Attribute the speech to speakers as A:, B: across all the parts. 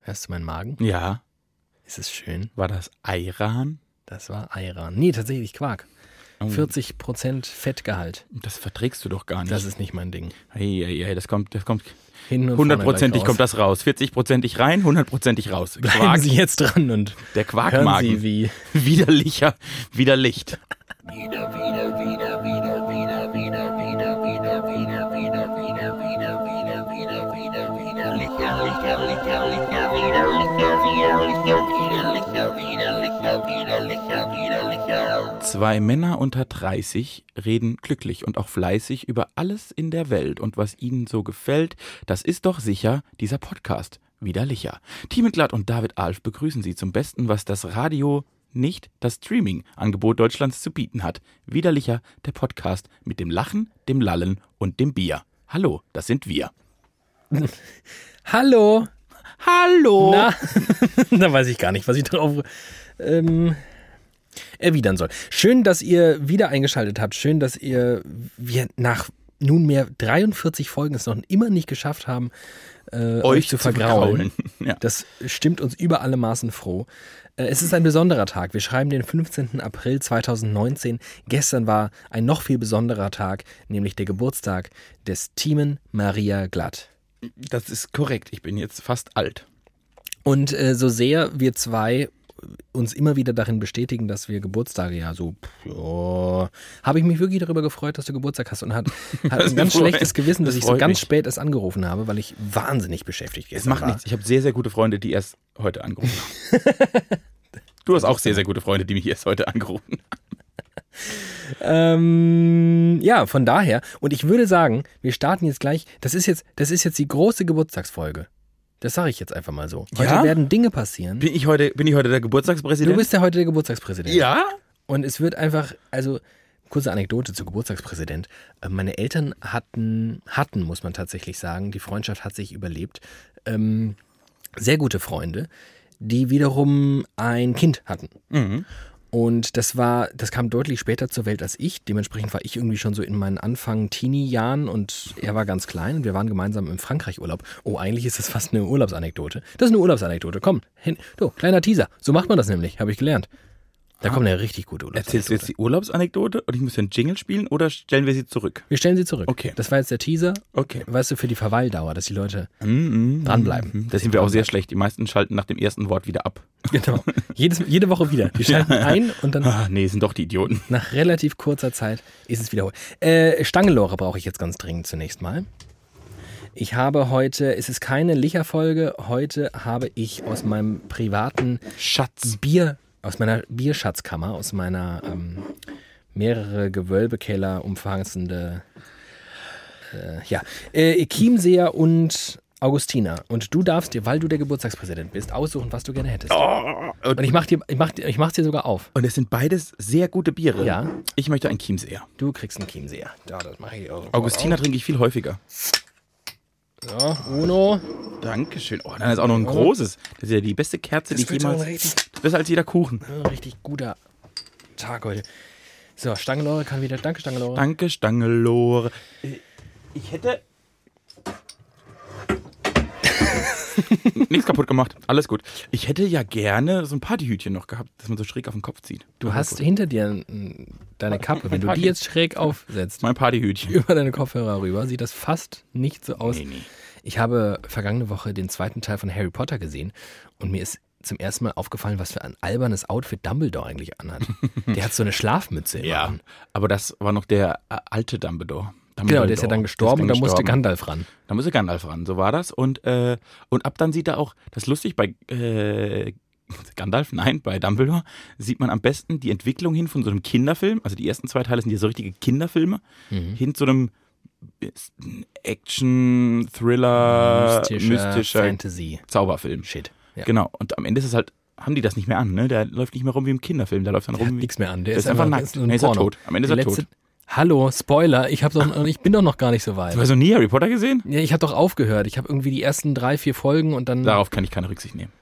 A: Hörst du meinen Magen?
B: Ja.
A: Ist es schön?
B: War das Ayran?
A: Das war Ayran. Nee, tatsächlich Quark. Oh.
B: Oh.
A: 40% Fettgehalt.
B: Das verträgst du doch gar nicht.
A: Das ist nicht mein Ding.
B: Ei, ei, ei, das kommt, das kommt.
A: Hin und vorne
B: Hundertprozentig
A: gleich
B: kommt
A: raus.
B: das raus. 40%ig rein, hundertprozentig raus.
A: Bleiben Sie jetzt dran und hören
B: der
A: Sie,
B: Quarkmagen.
A: wie
B: Widerlicher, widerlicht. Zwei Männer unter 30 reden glücklich und auch fleißig über alles in der Welt und was ihnen so gefällt, das ist doch sicher dieser Podcast. Widerlicher. Thiemenglatt und David Alf begrüßen Sie zum Besten, was das Radio nicht das Streaming-Angebot Deutschlands zu bieten hat. Widerlicher, der Podcast mit dem Lachen, dem Lallen und dem Bier. Hallo, das sind wir.
A: Hallo!
B: Hallo!
A: Na,
B: Oh.
A: da weiß ich gar nicht, was ich darauf ähm, erwidern soll. Schön, dass ihr wieder eingeschaltet habt. Schön, dass ihr wir nach nunmehr 43 Folgen es noch immer nicht geschafft haben, äh, euch, zu vergraulen.
B: Ja.
A: Das stimmt uns über alle Maßen froh. Äh, Es ist ein besonderer Tag. Wir schreiben den 15. April 2019. Gestern war ein noch viel besonderer Tag, nämlich der Geburtstag des Teamen Maria Glatt.
B: Das ist korrekt. Ich bin jetzt fast alt.
A: Und äh, so sehr wir zwei uns immer wieder darin bestätigen, dass wir Geburtstage ja so, pff, ja, habe ich mich wirklich darüber gefreut, dass du Geburtstag hast und hat, hat ein ganz
B: freut-
A: schlechtes Gewissen, dass
B: das
A: ich so
B: freut
A: ganz
B: mich.
A: spät erst angerufen habe, weil ich wahnsinnig beschäftigt
B: Es
A: gestern
B: macht
A: war.
B: nichts. Ich habe sehr, sehr gute Freunde, die erst heute angerufen haben. Du hast auch sehr, sehr gute Freunde, die mich erst heute angerufen haben.
A: Ähm, ja, von daher. Und ich würde sagen, wir starten jetzt gleich. Das ist jetzt, das ist jetzt die große Geburtstagsfolge. Das sage ich jetzt einfach mal so. Heute
B: Ja?
A: werden Dinge passieren.
B: Bin ich heute, bin ich heute der Geburtstagspräsident?
A: Du bist ja heute der Geburtstagspräsident.
B: ja?
A: Und es wird einfach, also kurze Anekdote zu Geburtstagspräsident. Äh, Meine Eltern hatten, hatten, muss man tatsächlich sagen, die Freundschaft hat sich überlebt, ähm, sehr gute Freunde, die wiederum ein Kind hatten.
B: Mhm.
A: Und das war, das kam deutlich später zur Welt als ich. Dementsprechend war ich irgendwie schon so in meinen Anfang Teenie-Jahren und er war ganz klein und wir waren gemeinsam im Frankreich-Urlaub. Oh, eigentlich ist das fast eine Urlaubsanekdote. Das ist eine Urlaubsanekdote. Komm, hin. Du, kleiner Teaser. So macht man das nämlich, habe ich gelernt. Da kommt eine richtig gute
B: Erzählst du
A: Urlaubsanekdote.
B: jetzt die Urlaubsanekdote und ich muss den Jingle spielen oder stellen wir sie zurück?
A: Wir stellen sie zurück.
B: Okay.
A: Das war jetzt der Teaser,
B: Okay.
A: weißt du, für die Verweildauer, dass die Leute
B: Mhm.
A: dranbleiben.
B: Mhm. Da sind wir auch sehr schlecht. Die meisten schalten nach dem ersten Wort wieder ab.
A: Genau. Jedes, jede Woche wieder. Die schalten ein und dann
B: Ah, nee, sind doch die Idioten.
A: nach relativ kurzer Zeit ist es wiederholt. Äh, Stangenlore brauche ich jetzt ganz dringend zunächst mal. Ich habe heute, es ist keine Licherfolge, heute habe ich aus meinem privaten
B: Schatz.
A: Bier, aus meiner Bierschatzkammer, aus meiner ähm, mehrere Gewölbekeller umfassende, äh, ja, äh, Chiemseer und Augustiner. Und du darfst dir, weil du der Geburtstagspräsident bist, aussuchen, was du gerne hättest. Und ich mach dir, ich mach, dir- ich mach's dir sogar auf.
B: Und es sind beides sehr gute Biere.
A: Ja.
B: Ich möchte einen Chiemseer.
A: Du kriegst einen Chiemseer. Ja, das mache ich auch.
B: Augustiner trinke ich viel häufiger.
A: Ja, Uno.
B: Dankeschön. Oh, dann ist auch noch ein großes. Das ist ja die beste Kerze, die ich
A: wird so ein
B: jemals.
A: richtig-
B: Das ist besser als jeder Kuchen.
A: Ein richtig guter Tag heute. So, Stangelore kann wieder. Danke, Stangelore.
B: Danke, Stangelore. Äh, Ich hätte. Nichts kaputt gemacht. Alles gut. Ich hätte ja gerne so ein Partyhütchen noch gehabt, dass man so schräg auf den Kopf zieht.
A: du hast hinter dir n- deine Kappe. Wenn du die jetzt schräg aufsetzt,
B: mein Partyhütchen.
A: über deine Kopfhörer rüber, sieht das fast nicht so aus.
B: Nee, nee.
A: Ich habe vergangene Woche den zweiten Teil von Harry Potter gesehen und mir ist zum ersten Mal aufgefallen, was für ein albernes Outfit Dumbledore eigentlich anhat. Der hat so eine Schlafmütze. immer
B: Ja,
A: an.
B: aber das war noch der äh, alte Dumbledore.
A: Genau,
B: Dumbledore.
A: der ist ja dann gestorben und da musste
B: gestorben.
A: Gandalf ran.
B: Da musste Gandalf ran, so war das. Und, äh, und ab dann sieht er auch, das ist lustig, bei äh, Gandalf, nein, bei Dumbledore sieht man am besten die Entwicklung hin von so einem Kinderfilm, also die ersten zwei Teile sind ja so richtige Kinderfilme, hin zu einem äh, Action, Thriller, mystischer,
A: Fantasy.
B: Zauberfilm.
A: Shit. Ja.
B: Genau, und am Ende ist es halt, haben die das nicht mehr an, ne? Der läuft nicht mehr rum wie im Kinderfilm, der läuft dann
A: Der hat
B: rum wie...
A: nichts mehr an. Um Der
B: Der
A: ist,
B: ist einfach
A: nur-
B: nackt.
A: ist nur ein
B: Nee, ist er
A: Porno.
B: tot. Am Ende ist
A: Die
B: er tot.
A: Hallo, Spoiler. Ich, hab doch, ich bin doch noch gar nicht so weit.
B: Du hast noch nie Harry Potter gesehen?
A: Ja, ich habe doch aufgehört. Ich habe irgendwie die ersten drei, vier Folgen und dann.
B: Darauf kann ich keine Rücksicht nehmen.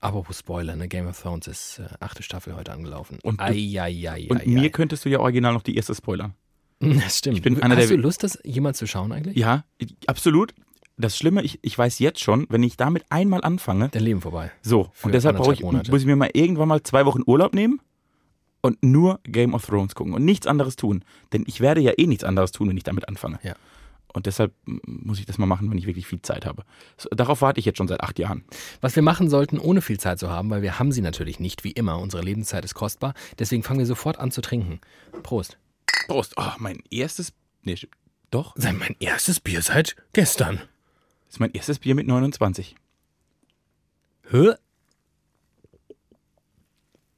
A: Apropos Spoiler, ne? Game of Thrones ist äh, achte Staffel heute angelaufen.
B: Und du-
A: Eieiei.
B: Und mir könntest du ja original noch die erste spoilern.
A: Das stimmt.
B: ich bin einer
A: Hast
B: der-
A: du Lust, das jemand zu schauen eigentlich?
B: Ja, absolut. das Schlimme, ich, ich weiß jetzt schon, wenn ich damit einmal anfange,
A: Dein Leben vorbei.
B: so,
A: Für
B: und deshalb brauche ich,
A: anderthalb Monate.
B: muss ich mir mal irgendwann mal zwei Wochen Urlaub nehmen und nur Game of Thrones gucken und nichts anderes tun. Denn ich werde ja eh nichts anderes tun, wenn ich damit anfange.
A: Ja.
B: Und deshalb mm, muss ich das mal machen, wenn ich wirklich viel Zeit habe. So, darauf warte ich jetzt schon seit acht Jahren.
A: Was wir machen sollten, ohne viel Zeit zu haben, weil wir haben sie natürlich nicht, wie immer. Unsere Lebenszeit ist kostbar. Deswegen fangen wir sofort an zu trinken. Prost.
B: Prost. Oh, mein erstes. Nee, sch- doch.
A: Sei mein erstes Bier seit gestern.
B: Das ist mein erstes Bier mit 29.
A: Hä?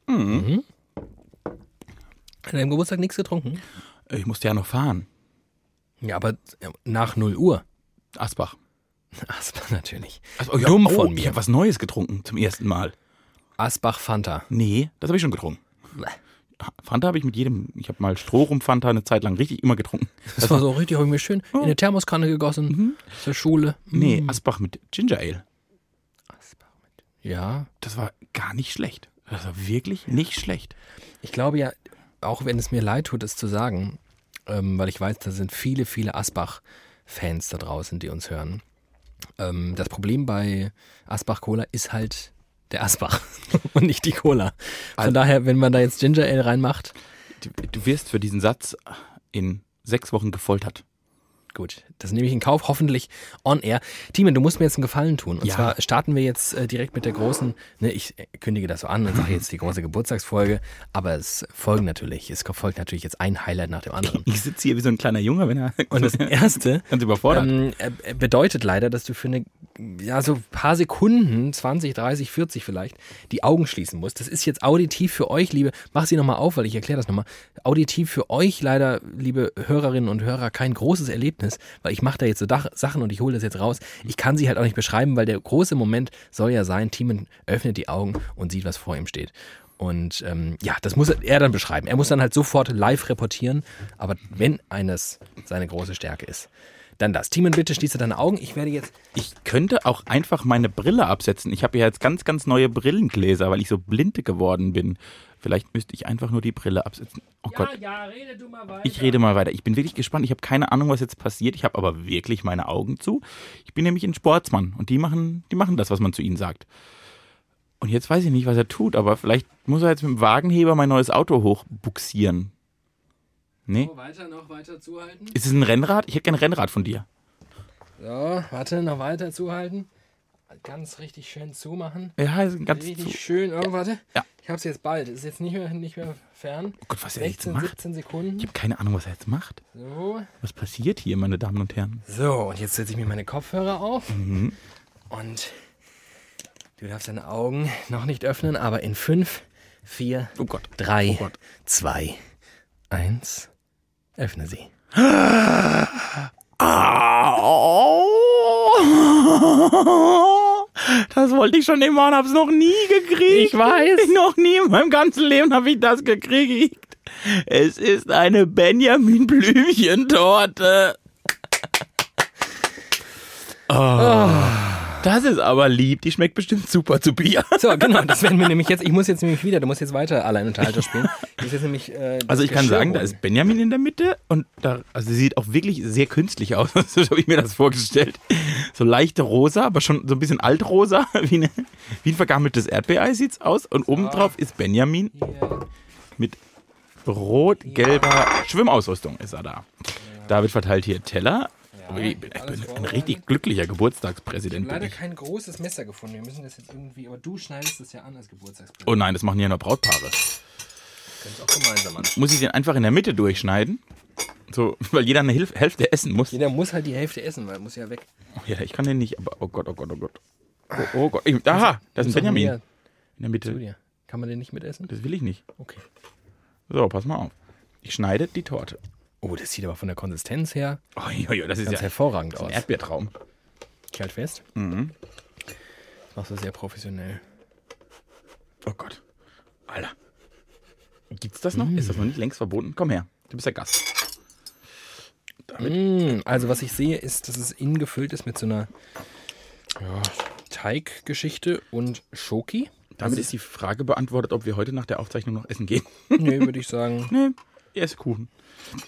B: Mhm.
A: An deinem Geburtstag nichts getrunken?
B: Ich musste ja noch fahren.
A: Ja, aber äh, nach 0 Uhr.
B: Asbach.
A: Asbach natürlich.
B: Asbach
A: Dumm
B: oh,
A: von mir.
B: Ich habe was Neues getrunken zum ersten Mal.
A: Asbach Fanta.
B: Nee, das habe ich schon getrunken.
A: Bleh.
B: Fanta habe ich mit jedem. Ich habe mal Strohrum Fanta eine Zeit lang richtig immer getrunken.
A: Das war so richtig, habe ich mir schön in eine Thermoskanne gegossen. Zur Schule. Mhm.
B: Nee, Asbach mit Ginger Ale.
A: Ja.
B: Das war gar nicht schlecht. Das war wirklich nicht schlecht.
A: Ich glaube ja, auch wenn es mir leid tut, es zu sagen, ähm, weil ich weiß, da sind viele, viele Asbach-Fans da draußen, die uns hören. Ähm, das Problem bei Asbach-Cola ist halt der Asbach und nicht die Cola. Von
B: Also-
A: daher, wenn man da jetzt Ginger Ale reinmacht,
B: Du, du wirst für diesen Satz in sechs Wochen gefoltert.
A: Gut, das nehme ich in Kauf, hoffentlich on air. Tiemen, du musst mir jetzt einen Gefallen tun. Und
B: Ja.
A: zwar starten wir jetzt äh, direkt mit der großen, ne, ich äh, kündige das so an und sage jetzt die große Geburtstagsfolge, aber es folgen natürlich, es folgt natürlich jetzt ein Highlight nach dem anderen.
B: Ich sitze hier wie so ein kleiner Junge, wenn er
A: Und das erste
B: ganz überfordert.
A: ähm, äh, bedeutet leider, dass du für eine, ja, so ein paar Sekunden, 20, 30, 40 vielleicht, die Augen schließen musst. Das ist jetzt auditiv für euch, liebe, mach sie nochmal auf, weil ich erkläre das nochmal. Auditiv für euch leider, liebe Hörerinnen und Hörer, kein großes Erlebnis, weil ich mache da jetzt so Dach Sachen und ich hole das jetzt raus. Ich kann sie halt auch nicht beschreiben, weil der große Moment soll ja sein, Timon öffnet die Augen und sieht, was vor ihm steht. Und ähm, ja, das muss er dann beschreiben. Er muss dann halt sofort live reportieren. Aber wenn eines seine große Stärke ist, dann das. Timon, bitte schließe deine Augen. Ich werde jetzt.
B: Ich könnte auch einfach meine Brille absetzen. Ich habe ja jetzt ganz, ganz neue Brillengläser, weil ich so blinde geworden bin. Vielleicht müsste ich einfach nur die Brille absetzen. Oh Gott,
A: ja, rede du mal weiter.
B: ich rede mal weiter. Ich bin wirklich gespannt. Ich habe keine Ahnung, was jetzt passiert. Ich habe aber wirklich meine Augen zu. Ich bin nämlich ein Sportsmann und die machen, die machen das, was man zu ihnen sagt. Und jetzt weiß ich nicht, was er tut, aber vielleicht muss er jetzt mit dem Wagenheber mein neues Auto hochbuxieren. Nee?
A: Weiter, noch weiter zuhalten.
B: Ist es ein Rennrad? Ich hätte gerne ein Rennrad von dir.
A: So, warte, noch weiter zuhalten. Ganz richtig schön zumachen.
B: Ja, ist ein ganz zu.
A: Richtig schön. Oh, warte.
B: Ja.
A: Ich hab's jetzt bald. Ist jetzt nicht mehr, nicht mehr fern.
B: Oh Gott, was er jetzt
A: 16,
B: macht.
A: 17 Sekunden.
B: Ich habe keine Ahnung, was er jetzt macht.
A: So.
B: Was passiert hier, meine Damen und Herren?
A: So, und jetzt setze ich mir meine Kopfhörer auf.
B: Mhm.
A: Und du darfst deine Augen noch nicht öffnen, aber in 5, 4,
B: Oh Gott.
A: 3,
B: Gott.
A: 2, 1, öffne sie.
B: Au! Das wollte ich schon immer und hab's noch nie gekriegt.
A: Ich weiß.
B: Noch nie in meinem ganzen Leben habe ich das gekriegt. Es ist eine Benjamin Blümchentorte.
A: Ah.
B: Oh. Das ist aber lieb. Die schmeckt bestimmt super zu Bier.
A: So, genau, das werden wir nämlich jetzt. Ich muss jetzt nämlich wieder, du musst jetzt weiter Alleinunterhalter spielen. Ich muss jetzt nämlich, äh, das
B: Also ich kann
A: Geschirr
B: sagen, da
A: holen.
B: ist Benjamin in der Mitte und da, also sie sieht auch wirklich sehr künstlich aus, so habe ich mir das vorgestellt. So leichte rosa, aber schon so ein bisschen altrosa, wie, eine, wie ein vergammeltes Erdbeerei sieht's aus. Und obendrauf ist Benjamin
A: Hier.
B: mit rot-gelber Schwimmausrüstung ist er da. David verteilt hier Teller. Oh, ich bin, ich
A: alles
B: bin ein
A: vorbereitet.
B: richtig glücklicher Geburtstagspräsident. Bin
A: Leider
B: ich.
A: kein großes Messer gefunden. Wir müssen das jetzt irgendwie, aber du schneidest das ja an als Geburtstagspräsident.
B: Oh nein, das machen ja nur Brautpaare.
A: Wir können es auch gemeinsam an.
B: Muss ich den einfach in der Mitte durchschneiden? So, weil jeder eine Hilf Hälfte essen muss.
A: Jeder muss halt die Hälfte essen, weil muss ja weg.
B: Ja, ich kann den nicht, aber oh Gott, oh Gott, oh Gott. Oh, oh Gott. Ich, aha, das ist ein Benjamin.
A: Mehr
B: In der
A: zu
B: Mitte.
A: dir. Kann man den nicht mitessen?
B: Das will ich nicht.
A: Okay.
B: So, pass mal auf. Ich schneide die Torte.
A: Oh, das sieht aber von der Konsistenz her
B: Oh, jo, jo, das ist
A: ganz
B: ja
A: hervorragend
B: ein
A: aus.
B: Erdbeertraum.
A: Kalt fest.
B: Mhm.
A: Das machst du sehr professionell.
B: Oh Gott. Alter. Gibt's das
A: Hm.
B: noch? Ist das noch nicht längst verboten? Komm her. Du bist der Gast.
A: Mm, also was ich sehe, ist, dass es innen gefüllt ist mit so einer ja, Teiggeschichte und Schoki. Also
B: Damit ist die Frage beantwortet, ob wir heute nach der Aufzeichnung noch essen gehen.
A: Nee, würde ich sagen.
B: Nee. Erdkuchen.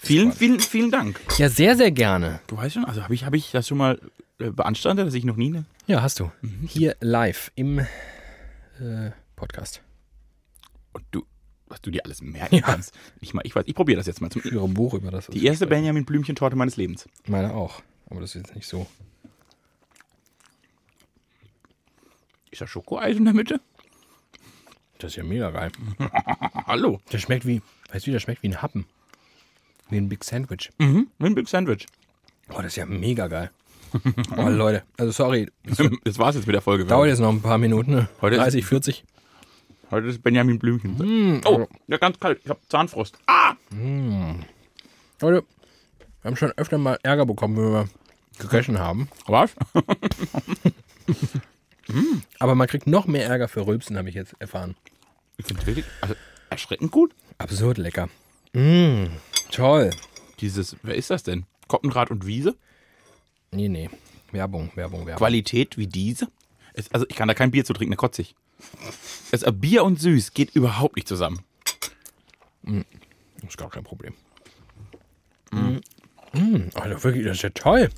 B: Vielen, vielen, vielen Dank.
A: Ja, sehr, sehr gerne.
B: Du weißt schon, also habe ich, hab ich das schon mal äh, beanstandet, dass ich noch nie eine.
A: Ja, hast du. Mhm. Hier live im äh, Podcast.
B: Und du, was du dir alles merken kannst. Ich, mal, ich weiß, ich probiere das jetzt mal. Zum,
A: Ich höre ein Buch über das.
B: die erste Benjamin Blümchen-Torte meines Lebens.
A: Meine auch. Aber das ist jetzt nicht so.
B: Ist da Schokoeis in der Mitte?
A: Das ist ja mega geil.
B: Ah, Hallo.
A: Das schmeckt wie, weißt du, das schmeckt wie ein Happen. Wie ein Big Sandwich.
B: Mhm. Mit einem Big Sandwich.
A: Oh, das ist ja mega geil. Oh, Leute. Also, sorry. Das
B: Das war's jetzt mit der Folge.
A: dauert jetzt noch ein paar Minuten. Ne?
B: Heute ist-
A: 30, 40.
B: Heute ist Benjamin Blümchen. Oh, ja, ganz kalt. Ich habe Zahnfrost. Ah,
A: Leute, wir haben schon öfter mal Ärger bekommen, wenn wir gegessen haben.
B: was?
A: Aber man kriegt noch mehr Ärger für Rülpsen, habe ich jetzt erfahren.
B: Ich finde wirklich also, erschreckend gut.
A: Absurd lecker. Mm, toll.
B: Dieses, wer ist das denn? Koppenrad und Wiese?
A: Nee, nee. Werbung, Werbung, Werbung.
B: Qualität wie diese? Es, also, ich kann da kein Bier zu trinken, da kotze ich. Es, äh, Bier und süß geht überhaupt nicht zusammen.
A: Ist gar kein Problem. Mm. Mm, also wirklich, das ist ja toll.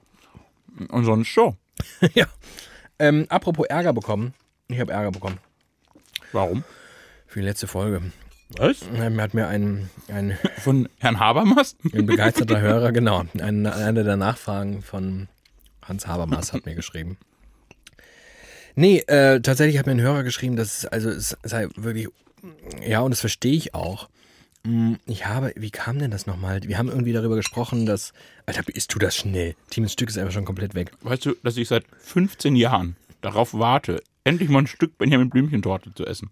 B: Und sonst schon.
A: ja. Ähm, apropos Ärger bekommen. Ich habe Ärger bekommen
B: Warum?
A: für die letzte Folge.
B: Was?
A: Ähm, hat mir ein, ein,
B: Von Herrn Habermas?
A: ein begeisterter Hörer, genau, ein, eine der Nachfragen von Hans Habermas hat mir geschrieben. Nee, äh, tatsächlich hat mir ein Hörer geschrieben, dass es, also es sei wirklich, ja, und das verstehe ich auch. Mm, Ich habe, wie kam denn das nochmal? Wir haben irgendwie darüber gesprochen, dass, Alter, isst du das schnell? Team Stück ist einfach schon komplett weg.
B: Weißt du, dass ich seit 15 Jahren darauf warte, endlich mal ein Stück Benjamin Blümchen-Torte zu essen?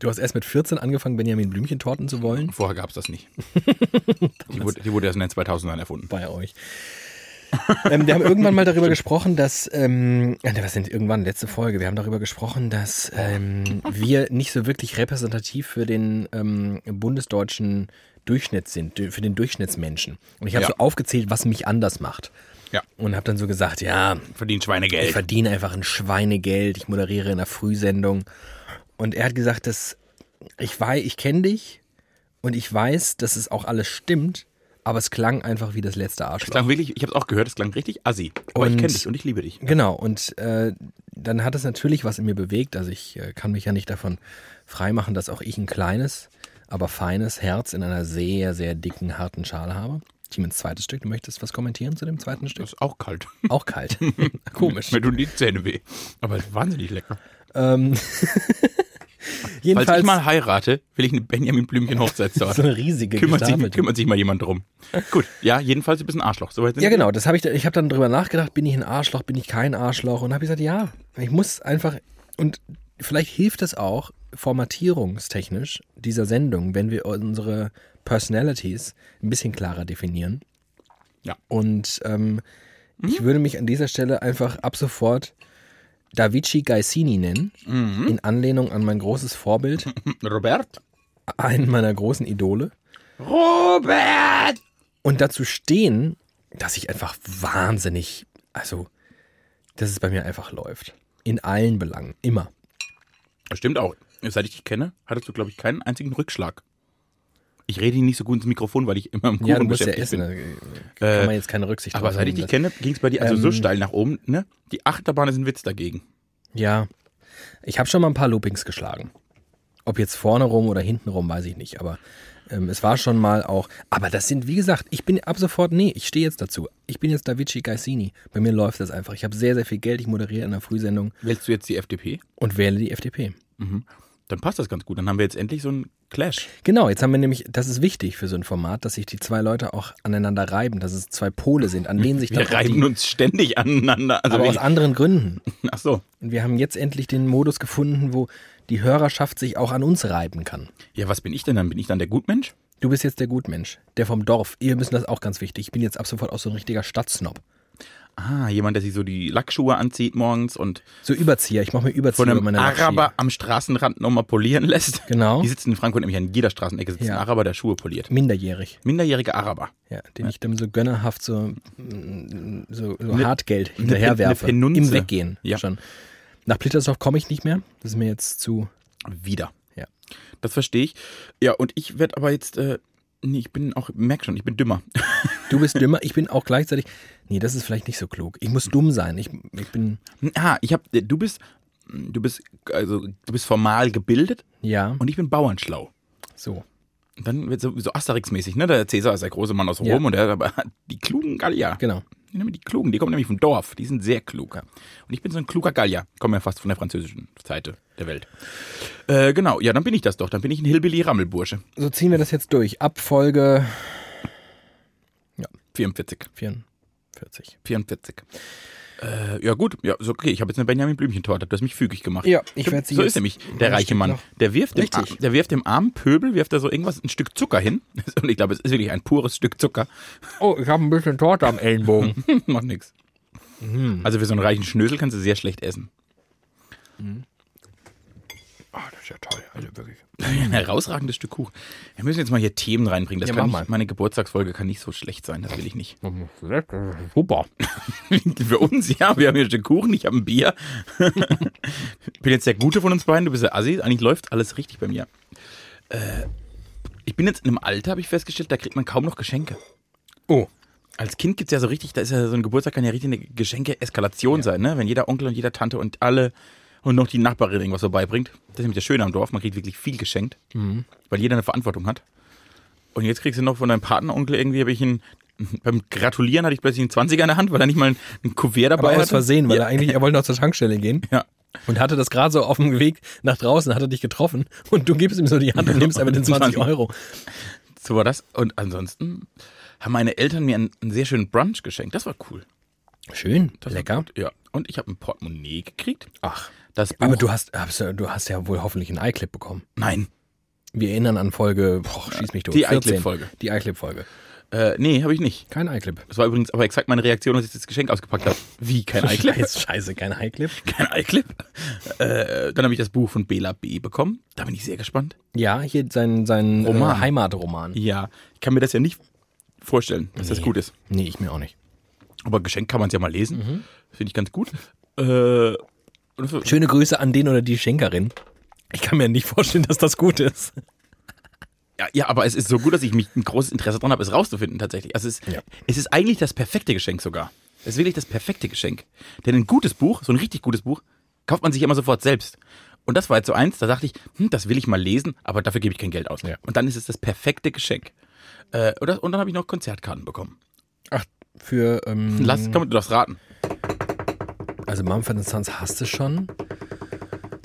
A: Du hast erst mit 14 angefangen, Benjamin Blümchentorten zu wollen?
B: Vorher gab es das nicht. die, wurde, die wurde erst in den 2000ern erfunden.
A: bei euch. ähm, wir haben irgendwann mal darüber gesprochen, dass, ähm, äh, was sind irgendwann, letzte Folge, wir haben darüber gesprochen, dass ähm, wir nicht so wirklich repräsentativ für den ähm, bundesdeutschen Durchschnitt sind, für den Durchschnittsmenschen. Und ich habe
B: Ja.
A: so aufgezählt, was mich anders macht.
B: Ja.
A: Und habe dann so gesagt, ja, ich
B: Verdient Schweinegeld.
A: verdiene einfach ein Schweinegeld, ich moderiere in einer Frühsendung. Und er hat gesagt, dass ich weiß, ich kenne dich und ich weiß, dass es auch alles stimmt, aber es klang einfach wie das letzte
B: Es
A: Arschloch.
B: klang wirklich, ich habe es auch gehört, es klang richtig assi. Aber ich
A: Und-
B: kenne dich und ich liebe dich.
A: Genau, und äh, dann hat es natürlich was in mir bewegt. Also ich äh, kann mich ja nicht davon freimachen, dass auch ich ein kleines, aber feines Herz in einer sehr, sehr dicken, harten Schale habe. Timens zweites Stück, du möchtest was kommentieren zu dem zweiten Stück?
B: Das ist auch kalt.
A: Auch kalt. Komisch.
B: Mir tun die Zähne weh. Aber es ist wahnsinnig lecker.
A: ähm,
B: Falls
A: jedenfalls
B: ich mal heirate, will ich eine Benjamin Blümchen
A: so
B: Hochzeitstorte.
A: eine riesige
B: kümmert, sich,
A: gestapelte.
B: kümmert sich mal jemand drum. Gut, ja, jedenfalls ein bisschen Arschloch. Soweit sind
A: Ja,
B: wir.
A: genau. Das habe ich. da- Ich habe dann drüber nachgedacht. Bin ich ein Arschloch? Bin ich kein Arschloch? Und habe gesagt, ja, ich muss einfach. Und vielleicht hilft es auch formatierungstechnisch dieser Sendung, wenn wir unsere Personalities ein bisschen klarer definieren.
B: Ja.
A: Und ähm, ich würde mich an dieser Stelle einfach ab sofort Davici Gaisini nennen, in Anlehnung an mein großes Vorbild,
B: Robert?
A: einen meiner großen Idole.
B: Robert!
A: und dazu stehen, dass ich einfach wahnsinnig, also, dass es bei mir einfach läuft. In allen Belangen, immer.
B: Das stimmt auch. Seit ich dich kenne, hattest du, glaube ich, keinen einzigen Rückschlag. Ich rede nicht so gut ins Mikrofon, weil ich immer im Kuchen
A: ja, du musst ja
B: beschäftigt
A: essen,
B: bin.
A: da kann
B: Äh,
A: man jetzt keine Rücksicht
B: Aber
A: drauf
B: seit ich
A: nehmen,
B: dich
A: dass-
B: kenne, ging es bei dir also so
A: Ähm,
B: steil nach oben, ne? Die Achterbahn ist ein Witz dagegen.
A: Ja, ich habe schon mal ein paar Loopings geschlagen. Ob jetzt vorne rum oder hinten rum, weiß ich nicht. Aber ähm, es war schon mal auch. Aber das sind, wie gesagt, ich bin ab sofort, nee, ich stehe jetzt dazu. Ich bin jetzt Davici Gaisini. Bei mir läuft das einfach. Ich habe sehr, sehr viel Geld. Ich moderiere in der Frühsendung
B: Wählst du jetzt die FDP?
A: und wähle die FDP.
B: Dann passt das ganz gut. Dann haben wir jetzt endlich so einen Clash.
A: Genau, jetzt haben wir nämlich, das ist wichtig für so ein Format, dass sich die zwei Leute auch aneinander reiben, dass es zwei Pole sind, an denen sich dann
B: Wir
A: auch
B: reiben
A: die,
B: uns ständig aneinander. Also
A: also- aber aus anderen Gründen.
B: wirklich- ach so.
A: Und wir haben jetzt endlich den Modus gefunden, wo die Hörerschaft sich auch an uns reiben kann.
B: Ja, was bin ich denn dann? Bin ich dann der Gutmensch?
A: Du bist jetzt der Gutmensch, der vom Dorf. Ihr müssen das auch ganz wichtig. Ich bin jetzt ab sofort auch so ein richtiger Stadtsnob.
B: Ah, jemand, der sich so die Lackschuhe anzieht morgens und
A: So Überzieher, ich mache mir Überzieher
B: von
A: über
B: einem
A: meine Lackschuhe.
B: Araber am Straßenrand nochmal polieren lässt.
A: Genau.
B: Die sitzen in Frankfurt nämlich an jeder Straßenecke, sitzt
A: Ja.
B: ein Araber, der Schuhe poliert.
A: Minderjährig,
B: Minderjährige Araber.
A: ja, den ich dann so gönnerhaft so, mm, so, so Hartgeld hinterherwerfe.
B: eine Penunze.
A: Im Weggehen
B: Ja.
A: schon. Nach Plittersdorf komme ich nicht mehr. Das ist mir jetzt zu
B: Wieder.
A: Ja.
B: Das verstehe ich. Ja, und ich werde aber jetzt, äh, Nee, ich bin auch, merk schon, ich bin dümmer.
A: Du bist dümmer, ich bin auch gleichzeitig. Nee, das ist vielleicht nicht so klug. Ich muss dumm sein. Ich, ich bin.
B: Ah, ich hab, du bist, du bist, also, du bist formal gebildet
A: Ja,
B: und ich bin bauernschlau.
A: so.
B: Und Dann wird so, so Asterix-mäßig, ne? Der Cäsar ist der große Mann aus Rom
A: Ja.
B: und der hat aber die klugen Gallier.
A: Genau.
B: Die nehmen Die klugen, die kommen nämlich vom Dorf, die sind sehr klug. Und ich bin so ein kluger Gallier, komme ja fast von der französischen Seite der Welt. Äh, genau, ja, dann bin ich das doch, dann bin ich ein Hillbilly-Rammelbursche.
A: So ziehen wir das jetzt durch. Ab Folge
B: Ja, 44,
A: 44.
B: 44. Äh, ja gut, ja, ist okay, ich habe jetzt eine Benjamin Blümchen-Torte, du hast mich fügig gemacht.
A: Ja, ich
B: Stimmt,
A: werd sie
B: So
A: jetzt-
B: ist nämlich der
A: Ja,
B: reiche
A: stimmt
B: Mann.
A: noch.
B: Der wirft, dem,
A: Richtig.
B: Ar- der wirft dem armen Pöbel, wirft er so irgendwas, ein Stück Zucker hin. Und ich glaube, es ist wirklich ein pures Stück Zucker.
A: Oh, ich habe ein bisschen Torte am Ellenbogen.
B: Macht nix.
A: Mhm.
B: Also für so einen reichen Schnösel kannst du sehr schlecht essen.
A: Ah, das ist ja toll. Also wirklich.
B: Ein herausragendes Stück Kuchen. Wir müssen jetzt mal hier Themen reinbringen. Das
A: Ja,
B: kann
A: mach
B: nicht, meine Geburtstagsfolge kann nicht so schlecht sein. Das will ich nicht.
A: Super.
B: Für uns, ja. Wir haben hier ein Stück Kuchen, ich habe ein Bier. ich bin jetzt der Gute von uns beiden, du bist der Assi. Eigentlich läuft alles richtig bei mir. Äh, ich bin jetzt in einem Alter, habe ich festgestellt, da kriegt man kaum noch Geschenke.
A: Oh.
B: Als Kind gibt's ja so richtig, da ist ja so ein Geburtstag, kann ja richtig eine Geschenke-Eskalation sein, ne? Wenn jeder Onkel und jeder Tante und alle und noch die Nachbarin irgendwas vorbeibringt. Das ist nämlich das Schöne am Dorf, man kriegt wirklich viel geschenkt,
A: Mhm.
B: weil jeder eine Verantwortung hat. Und jetzt kriegst du noch von deinem Patenonkel irgendwie, habe ich ihn, beim Gratulieren hatte ich plötzlich einen 20er in der Hand, weil er nicht mal ein, ein Kuvert dabei
A: Aber aus
B: hatte.
A: Versehen, weil
B: ja,
A: er eigentlich, er wollte noch zur Tankstelle gehen
B: ja.
A: und hatte das gerade so auf dem Weg nach draußen, hat er dich getroffen und du gibst ihm so die Hand und nimmst aber den 20 Euro.
B: So war das. Und ansonsten haben meine Eltern mir einen, einen sehr schönen Brunch geschenkt. Das war cool.
A: Schön,
B: Das War
A: lecker.
B: gut. Ja. Und ich habe ein Portemonnaie gekriegt.
A: Ach,
B: Das Buch.
A: aber du hast, hast, ja- du hast ja wohl hoffentlich einen iClip bekommen.
B: Nein.
A: Wir erinnern an Folge, boah, schieß mich durch.
B: Die
A: 14.
B: iClip-Folge.
A: Die iClip-Folge.
B: Äh, nee, habe ich nicht.
A: Kein iClip.
B: Das war übrigens aber exakt meine Reaktion, als ich das Geschenk ausgepackt habe. Wie, kein iClip?
A: Scheiße, scheiße, kein iClip.
B: Kein iClip? Äh, dann habe ich das Buch von Bela B. bekommen. Da bin ich sehr gespannt.
A: Ja, hier sein, sein
B: Roman.
A: Äh, Heimatroman.
B: Ja, ich kann mir das ja nicht vorstellen, dass das gut ist.
A: Nee, ich mir auch nicht.
B: Aber Geschenk kann man es ja mal lesen.
A: Mhm.
B: Finde ich ganz gut. Äh, und so-
A: Schöne Grüße an den oder die Schenkerin. Ich kann mir nicht vorstellen, dass das gut ist.
B: ja, ja, aber es ist so gut, dass ich mich ein großes Interesse daran habe, es rauszufinden tatsächlich. Also es,
A: Ja.
B: es ist eigentlich das perfekte Geschenk sogar. Es ist wirklich das perfekte Geschenk. Denn ein gutes Buch, so ein richtig gutes Buch, kauft man sich immer sofort selbst. Und das war jetzt so eins, da dachte ich, hm, das will ich mal lesen, aber dafür gebe ich kein Geld aus.
A: Ja.
B: Und dann ist es das perfekte Geschenk. Äh, oder, und dann habe ich noch Konzertkarten bekommen.
A: Ach, für, ähm,
B: Lass, komm, du darfst raten.
A: also Mumford Sons hast du schon.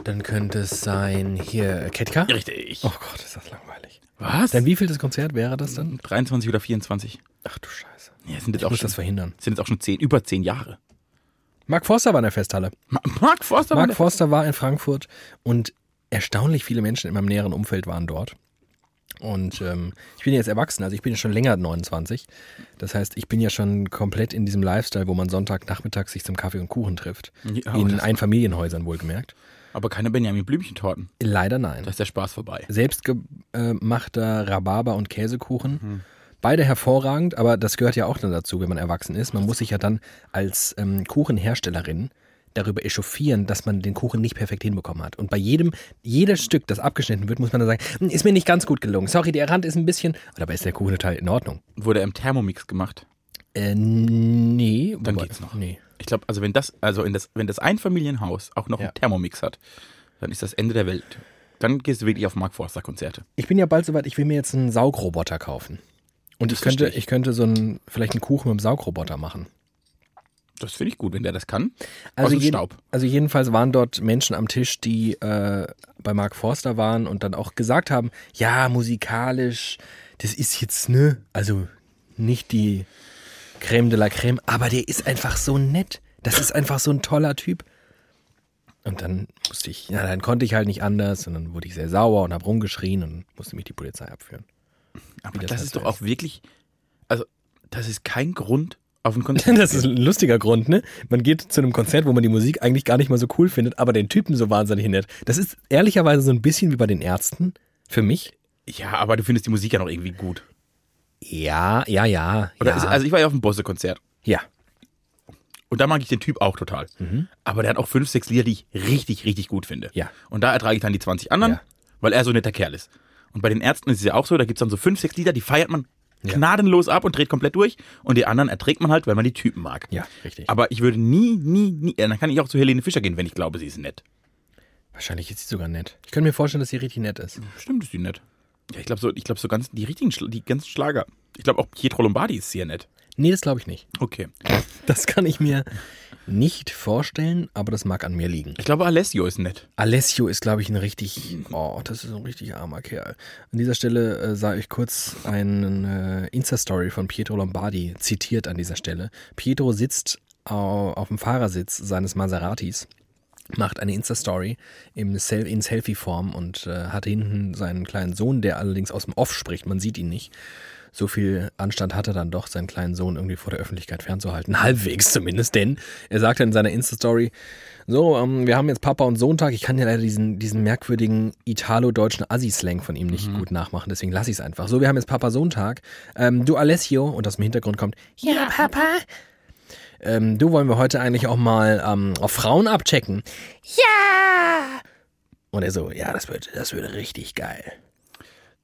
A: Dann könnte es sein, hier, Ketka.
B: Richtig.
A: Oh Gott, ist das langweilig.
B: Was?
A: Dann wie viel das Konzert wäre das dann?
B: 23 oder 24?
A: Ach du Scheiße.
B: Ja, sind jetzt,
A: Ich
B: auch
A: muss
B: schon,
A: das verhindern.
B: sind jetzt auch schon zehn, über zehn Jahre.
A: Mark Forster war in der Festhalle.
B: Ma- Mark Forster war
A: Mark
B: der-
A: Forster war in Frankfurt und erstaunlich viele Menschen in meinem näheren Umfeld waren dort. Und ähm, ich bin jetzt erwachsen, also ich bin ja schon länger 29. Das heißt, ich bin ja schon komplett in diesem Lifestyle, wo man Sonntagnachmittag sich zum Kaffee und Kuchen trifft.
B: Ja, oh,
A: in
B: das-
A: Einfamilienhäusern wohlgemerkt.
B: Aber keine Benjamin Blümchentorten.
A: Leider nein.
B: Da ist der Spaß vorbei.
A: Selbstgemachter Rhabarber und Käsekuchen.
B: Mhm.
A: Beide hervorragend, aber das gehört ja auch dann dazu, wenn man erwachsen ist. Man muss sich ja dann als ähm, Kuchenherstellerin darüber echauffieren, dass man den Kuchen nicht perfekt hinbekommen hat. Und bei jedem, jedes Stück, das abgeschnitten wird, muss man dann sagen, "Hm, ist mir nicht ganz gut gelungen. Sorry, der Rand ist ein bisschen. Aber dabei ist der Kuchen total in Ordnung.
B: Wurde er im Thermomix gemacht.
A: Äh, nee.
B: Dann
A: wobei-
B: geht's noch.
A: Nee.
B: Ich glaube, also wenn das, also in das, wenn das Einfamilienhaus auch noch
A: Ja.
B: einen Thermomix hat, dann ist das Ende der Welt. Dann gehst du wirklich auf Mark Forster Konzerte.
A: Ich bin ja bald soweit, ich will mir jetzt einen Saugroboter kaufen. Und ich könnte,
B: verstehe ich.
A: ich könnte so einen, vielleicht einen Kuchen mit dem Saugroboter machen.
B: Das finde ich gut, wenn der das kann.
A: Also,
B: Aus dem
A: jeden-
B: Staub.
A: also jedenfalls waren dort Menschen am Tisch, die äh, bei Mark Forster waren und dann auch gesagt haben, ja, musikalisch, das ist jetzt, ne, also nicht die Creme de la Creme, aber der ist einfach so nett. Das ist einfach so ein toller Typ. Und dann musste ich, ja, dann konnte ich halt nicht anders und dann wurde ich sehr sauer und habe rumgeschrien und musste mich die Polizei abführen.
B: Aber
A: Wie das
B: das,
A: heißt,
B: ist doch
A: weiß
B: auch wirklich, also das ist kein Grund auf ein Konzert.
A: Das ist ein lustiger Grund, ne? Man geht zu einem Konzert, wo man die Musik eigentlich gar nicht mal so cool findet, aber den Typen so wahnsinnig nett. Das ist ehrlicherweise so ein bisschen wie bei den Ärzten. Für mich?
B: ja, aber du findest die Musik ja noch irgendwie gut.
A: Ja, ja, ja.
B: Oder
A: ja.
B: ist, also ich war ja auf einem Bosse-Konzert
A: ja.
B: und da mag ich den Typ auch total. Aber der hat auch fünf, sechs Lieder, die ich richtig, richtig gut finde.
A: Ja.
B: Und da ertrage ich dann die 20 anderen,
A: Ja.
B: weil er so ein netter Kerl ist. Und bei den Ärzten ist es ja auch so, da gibt's dann so fünf, sechs Lieder, die feiert man gnadenlos ab und dreht komplett durch. Und die anderen erträgt man halt, weil man die Typen mag.
A: Ja, richtig.
B: Aber ich würde nie, nie, nie. Dann kann ich auch zu Helene Fischer gehen, wenn ich glaube, sie ist nett.
A: Wahrscheinlich ist sie sogar nett. Ich könnte mir vorstellen, dass sie richtig nett ist.
B: Stimmt, ist die nett. Ja, ich glaube so, ich glaube so ganz die richtigen, Schla- die ganzen Schlager. Ich glaube auch Pietro Lombardi ist sehr nett.
A: Nee, das glaube ich nicht.
B: Okay.
A: Das kann ich mir nicht vorstellen, aber das mag an mir liegen.
B: Ich glaube Alessio ist nett.
A: Alessio ist, glaube ich, ein richtig, oh, das ist ein richtig armer Kerl. An dieser Stelle äh, sah ich kurz eine äh, Insta-Story von Pietro Lombardi zitiert an dieser Stelle. Pietro sitzt au, auf dem Fahrersitz seines Maseratis, macht eine Insta-Story im Sel in Selfie-Form und äh, hat hinten seinen kleinen Sohn, der allerdings aus dem Off spricht, man sieht ihn nicht. So viel Anstand hat er dann doch, seinen kleinen Sohn irgendwie vor der Öffentlichkeit fernzuhalten. Halbwegs zumindest, denn er sagte in seiner Insta-Story, so, ähm, wir haben jetzt Papa und Sohntag. Ich kann ja leider diesen, diesen merkwürdigen italo-deutschen Assi-Slang von ihm nicht gut nachmachen, deswegen lasse ich es einfach. So, wir haben jetzt Papa Sohntag. Ähm, du Alessio, und aus dem Hintergrund kommt, ja, Papa. Ähm, du wollen wir heute eigentlich auch mal ähm, auf Frauen abchecken. Ja! Und er so, ja, das wird, das wird richtig geil.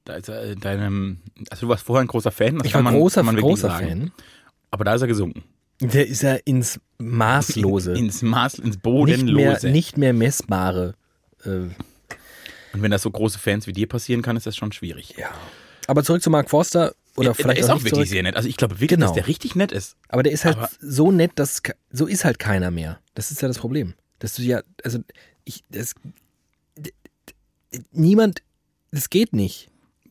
B: Da ist er in deinem, also du warst vorher ein großer Fan. Das
A: Ich war
B: kann man,
A: großer,
B: kann man wirklich
A: großer
B: sagen.
A: Fan.
B: Aber da ist er gesunken.
A: Der ist ja ins Maßlose.
B: Ins Maß, ins
A: nicht, mehr,
B: Bodenlose.
A: nicht mehr messbare. Äh,
B: Und wenn das so große Fans wie dir passieren kann, ist das schon schwierig.
A: ja. Aber zurück zu Mark Forster. Oder vielleicht
B: er ist auch
A: nicht
B: wirklich
A: zurück.
B: sehr nett. Also ich glaube wirklich,
A: Genau.
B: dass der richtig nett ist.
A: Aber der ist halt
B: Aber-
A: so nett, dass ke- so ist halt keiner mehr. Das ist ja das Problem. Dass du ja, also ich, das, d- d- niemand, das geht nicht.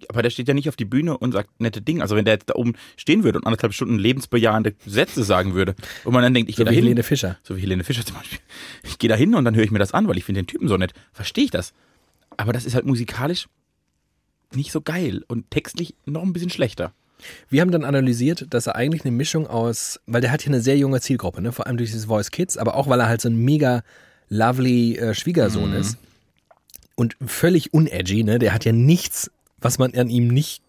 B: Aber der steht ja nicht auf die Bühne und sagt nette Dinge. Also wenn der jetzt da oben stehen würde und anderthalb Stunden lebensbejahende Sätze sagen würde und man dann denkt, ich
A: So
B: gehe da
A: wie
B: hin.
A: Helene Fischer.
B: So wie Helene Fischer zum Beispiel. Ich gehe da hin und dann höre ich mir das an, weil ich finde den Typen so nett. Verstehe ich das. Aber das ist halt musikalisch nicht so geil und textlich noch ein bisschen schlechter.
A: Wir haben dann analysiert, dass er eigentlich eine Mischung aus, weil der hat hier eine sehr junge Zielgruppe, ne? vor allem durch dieses Voice Kids, aber auch weil er halt so ein mega lovely äh, Schwiegersohn ist und völlig unedgy, ne? der hat ja nichts, was man an ihm nicht